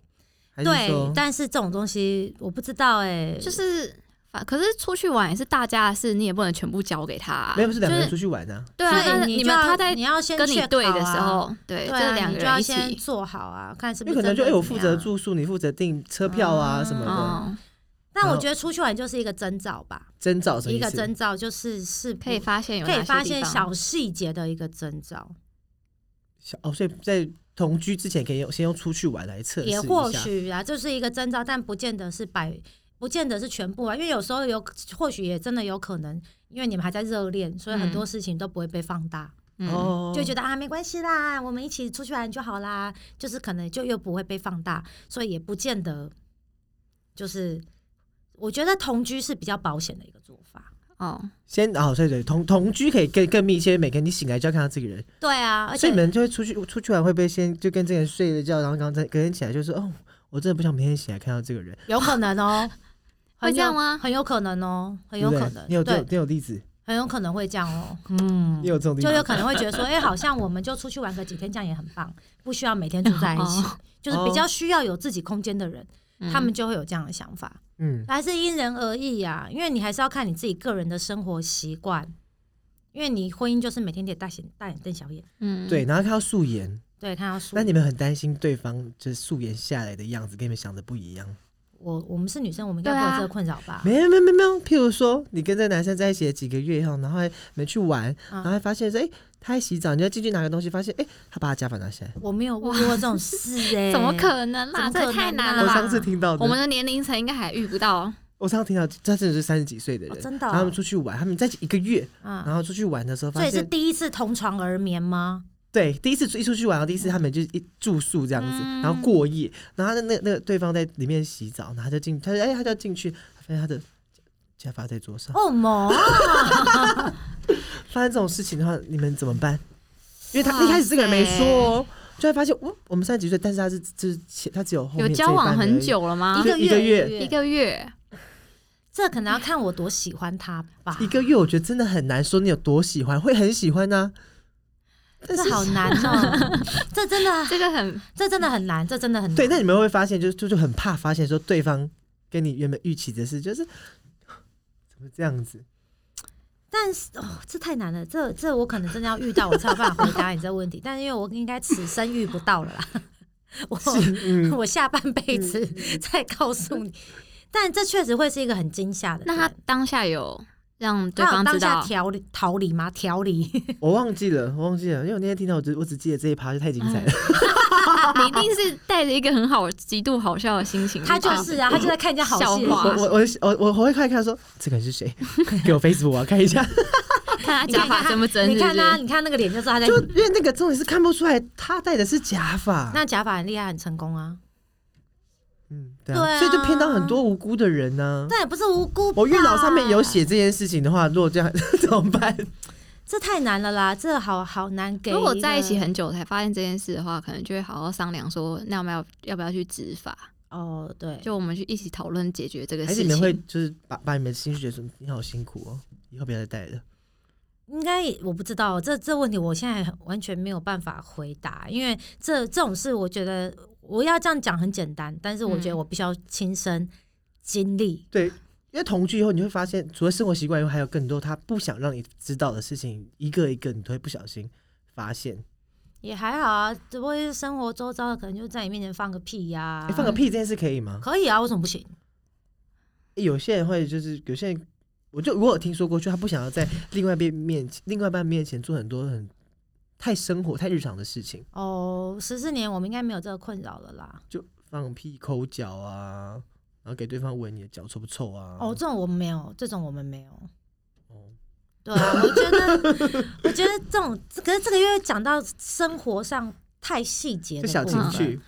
B: 还是
A: 对
B: 说，
A: 但是这种东西我不知道哎、
C: 就是反可是出去玩也是大家的事，你也不能全部交给他、啊
B: 没。有，不是两个人
C: 就是
B: 出去玩啊，
C: 对啊，
A: 所以
C: 那
A: 你
C: 你
A: 就
C: 们
A: 要
C: 他在
A: 你要先
C: 跟你
A: check
C: 对
A: 好
C: 的时
A: 啊
C: 候，对，
A: 对
C: 这
A: 啊，
C: 两
A: 你
C: 个
A: 就要
C: 人一
A: 先
C: 起，
A: 做好啊，看是不
B: 因
A: 是
B: 为可能就哎、
A: 真的
B: 我
A: 怎
B: 负
A: 么
B: 责
A: 样。啊哦
B: 住宿，你负责订车票啊什么的，
C: 嗯，
A: 但
B: 然
A: 我
B: 后
A: 觉得出去玩就是一个征兆吧，
B: 征兆什么
A: 一
B: 意
A: 个
B: 思？
A: 征兆就是是不
C: 可以发现有
A: 可
C: 哪
A: 以
C: 些
A: 发
C: 地
A: 现
C: 方
A: 小细节的一个征兆，
B: 小哦，所以在同居之前可以用先用出去玩来测试一
A: 也
B: 下，
A: 或许啊，就是一个征兆，但不见得是百，不见得是全部啊，因为有时候有或许也真的有可能，因为你们还在热恋，所以很多事情都不会被放大，
C: 嗯
B: 嗯哦，
A: 就觉得啊没关系啦，我们一起出去玩就好啦，就是可能就又不会被放大，所以也不见得就是。我觉得同居是比较保险的一个做法，
C: 哦，
B: 先哦，所以对同同居可以更更密切，每个人你醒来就要看到这个人，
A: 对啊，而
B: 所以
A: 且
B: 你们就会出去出去玩，会不会先就跟这个人睡了觉，然后刚才隔天起来就说哦，我真的不想明天起来看到这个人，
A: 有可能 哦，
C: 会
A: 很
C: 这样
A: 有
C: 吗？
A: 很有可能哦，很有
B: 对不
A: 可
B: 对
A: 能，
B: 你有这
A: 对
B: 种，你有例子，
A: 很有可能会这样 哦，嗯
B: 你，有这种例子
A: 就有可能会觉得说，哎、 好像我们就出去玩个几天，这样也很棒，不需要每天住在一起，
B: 哦
A: 就是比较需要有自己空间的人，
C: 嗯
A: 他们就会有这样的想法，
B: 嗯，
A: 还是因人而异呀、因为你还是要看你自己个人的生活习惯，因为你婚姻就是每天得大眼大眼瞪小眼，
C: 嗯，嗯
B: 对，，然后看到素颜，
A: 对，看到书
B: 那，你们很担心对方就是素颜下来的样子跟你们想的不一样，
A: 我我们是女生，我们应该
C: 对
A: 不
C: 啊
A: 会有这个困扰吧？
B: 没有没有没有没有，譬如说你跟这男生在一起了几个月以后，然后还你们去玩，
A: 啊
B: 然后还发现说，哎、他在洗澡，你就进去拿个东西，发现哎、他把他假发拿下来，
A: 我没有问过这种事哎、
C: 怎么可能
A: 怎么
C: 啦？这也
A: 可
C: 太
A: 能
C: 难
A: 啊
C: 了
B: 我
C: 吧！
B: 上次听到的，
C: 我们的年龄层应该还遇不到，
B: 我上次听到，他真的是三十几岁的人，
A: 哦真的哦
B: 然后他们出去玩，他们在一起一个月，
A: 啊？
B: 然后出去玩的时候
A: 所
B: 发
A: 以是
B: 现，
A: 第一次同床而眠吗？
B: 对，第一次出一出去玩，然后
A: 嗯
B: 第一次他们就是一住宿这样子，
C: 嗯
B: 然后过夜，然后那那那个对方在里面洗澡，然后他就进，他就哎、他就要进去，发现他的假发在桌上，
A: 哦么？
B: 发生这种事情的话，你们怎么办？因为他
C: 哇塞
B: 一开始这个人没说哦，就会发现，我我们三十几岁，但是他是就是前他只有后
C: 有
B: 面
C: 交往
B: 这一半而
C: 很
B: 已，
C: 久了吗
A: 一？个
B: 一个月
C: 一个月，
A: 这可能要看我多喜欢他吧。
B: 一个月，我觉得真的很难说你有多喜欢，会很喜欢呢、但
A: 这
B: 是
A: 好难哦，这真的，
C: 这 个很
A: 这真的很难，这真的很难。
B: 对，那你们会发现，就就就很怕发现说对方跟你原本预期的是，就是怎么这样子？
A: 但是哦，这太难了，这这我可能真的要遇到，我才有办法回答你这个问题。但因为我应该此生遇不到了啦，我
B: 嗯，
A: 我下半辈子再告诉你。但这确实会是一个很惊吓的人。
C: 那他当下有让对
A: 有
C: 方
A: 当
C: 知
A: 下
C: 道，
A: 调理逃离吗？调理
B: 我忘记了，我忘记了，因为我那天听到，我只我只记得这一趴就太精彩了。
C: 你一定是带着一个很好、极度好笑的心情去
A: 他
C: 看。
A: 就是
B: 嗯
A: 啊，他就在看人家好戏
C: 笑话
B: 我我我我我我会看一看说这个人是谁， 给我 Facebook 我要看一下。
C: 看他
A: 你
C: 假
A: 看
C: 发
A: 看
C: 真不真，
A: 你看
C: 是不是
A: 他，你看那个脸就知道他在。
B: 就因为那个重点是看不出来他戴的是假发，
A: 那假发很厉害，很成功啊，
B: 嗯，对
A: 对啊啊
B: 啊，所以就骗到很多无辜的人呢、
A: 但也不是无辜吧。
B: 我月老上面有写这件事情的话，如果这样 怎么 办？
A: 这太难了啦，这好好难给一个。
C: 如果在一起很久才发现这件事的话，可能就会好好商量说，那我们要要不要去执法？
A: 哦，对，
C: 就我们去一起讨论解决这个
B: 还是
C: 事情。
B: 你们会就是把把你们的心血说你好辛苦哦，以后不要再戴了。
A: 应该我不知道这这问题，我现在完全没有办法回答，因为这这种事，我觉得我要这样讲很简单，但是我觉得
C: 嗯
A: 我必须要亲身经历。
B: 对，因为同居以后，你会发现，除了生活习惯以外，还有更多他不想让你知道的事情，一个一个你都会不小心发现。
A: 也还好啊，只不过是生活周遭的可能就在你面前放个屁呀、
B: 诶放个屁这件事可以吗？
A: 可以啊，为什么不行？
B: 诶有些人会就是有些人，我就我有听说过，就他不想要在另外一边面前、另外一半面前做很多很太生活、太日常的事情，
A: 哦，十四年我们应该没有这个困扰了啦。
B: 就放屁、抠脚啊，然后给对方闻你的脚臭不臭啊。
A: 哦，这种我们没有，这种我们没有。
B: 哦，
A: 对啊，我觉得， 我觉得这种，可是这个又讲到生活上太细节
B: 就
A: 的
B: 小
A: 部
B: 情
A: 分
B: 趣，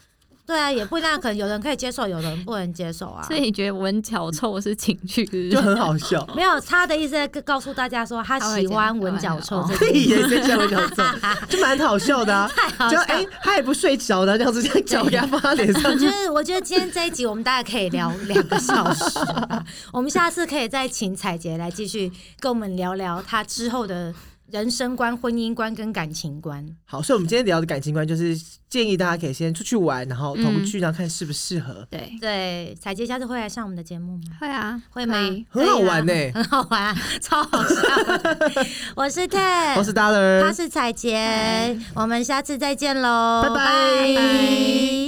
A: 对啊，也不一定，可能有人可以接受，有人不能接受啊。
C: 所以你觉得闻脚臭是情趣？是
B: 就
C: 不是
B: 很好 笑。
A: 没有他的意思，在告诉大家说他喜欢闻脚臭这件
B: 屁
A: 事。
B: 耶，谁想 闻脚臭？就蛮好笑的啊。
A: 太好
B: 就
A: 笑
B: 哎、他也不睡着的，这样子这样脚给他放他脸上
A: 我，觉得，我觉得今天这一集我们大概可以聊两个小时啊，我们下次可以再请彩杰来继续跟我们聊聊她之后的人生观、婚姻观跟感情观。
B: 好，所以我们今天聊的感情观就是建议大家可以先出去玩，然后
A: 嗯
B: 同居，然后看适不适合，
C: 对，
A: 对，彩洁下次会来上我们的节目吗？
C: 会啊，
A: 会吗
C: 可以
B: 很好玩呢、
A: 很好玩啊，超好笑的。我是 Ted，
B: 我是 Dollar，
A: 他是彩洁，我们下次再见喽，
B: 拜拜
A: 拜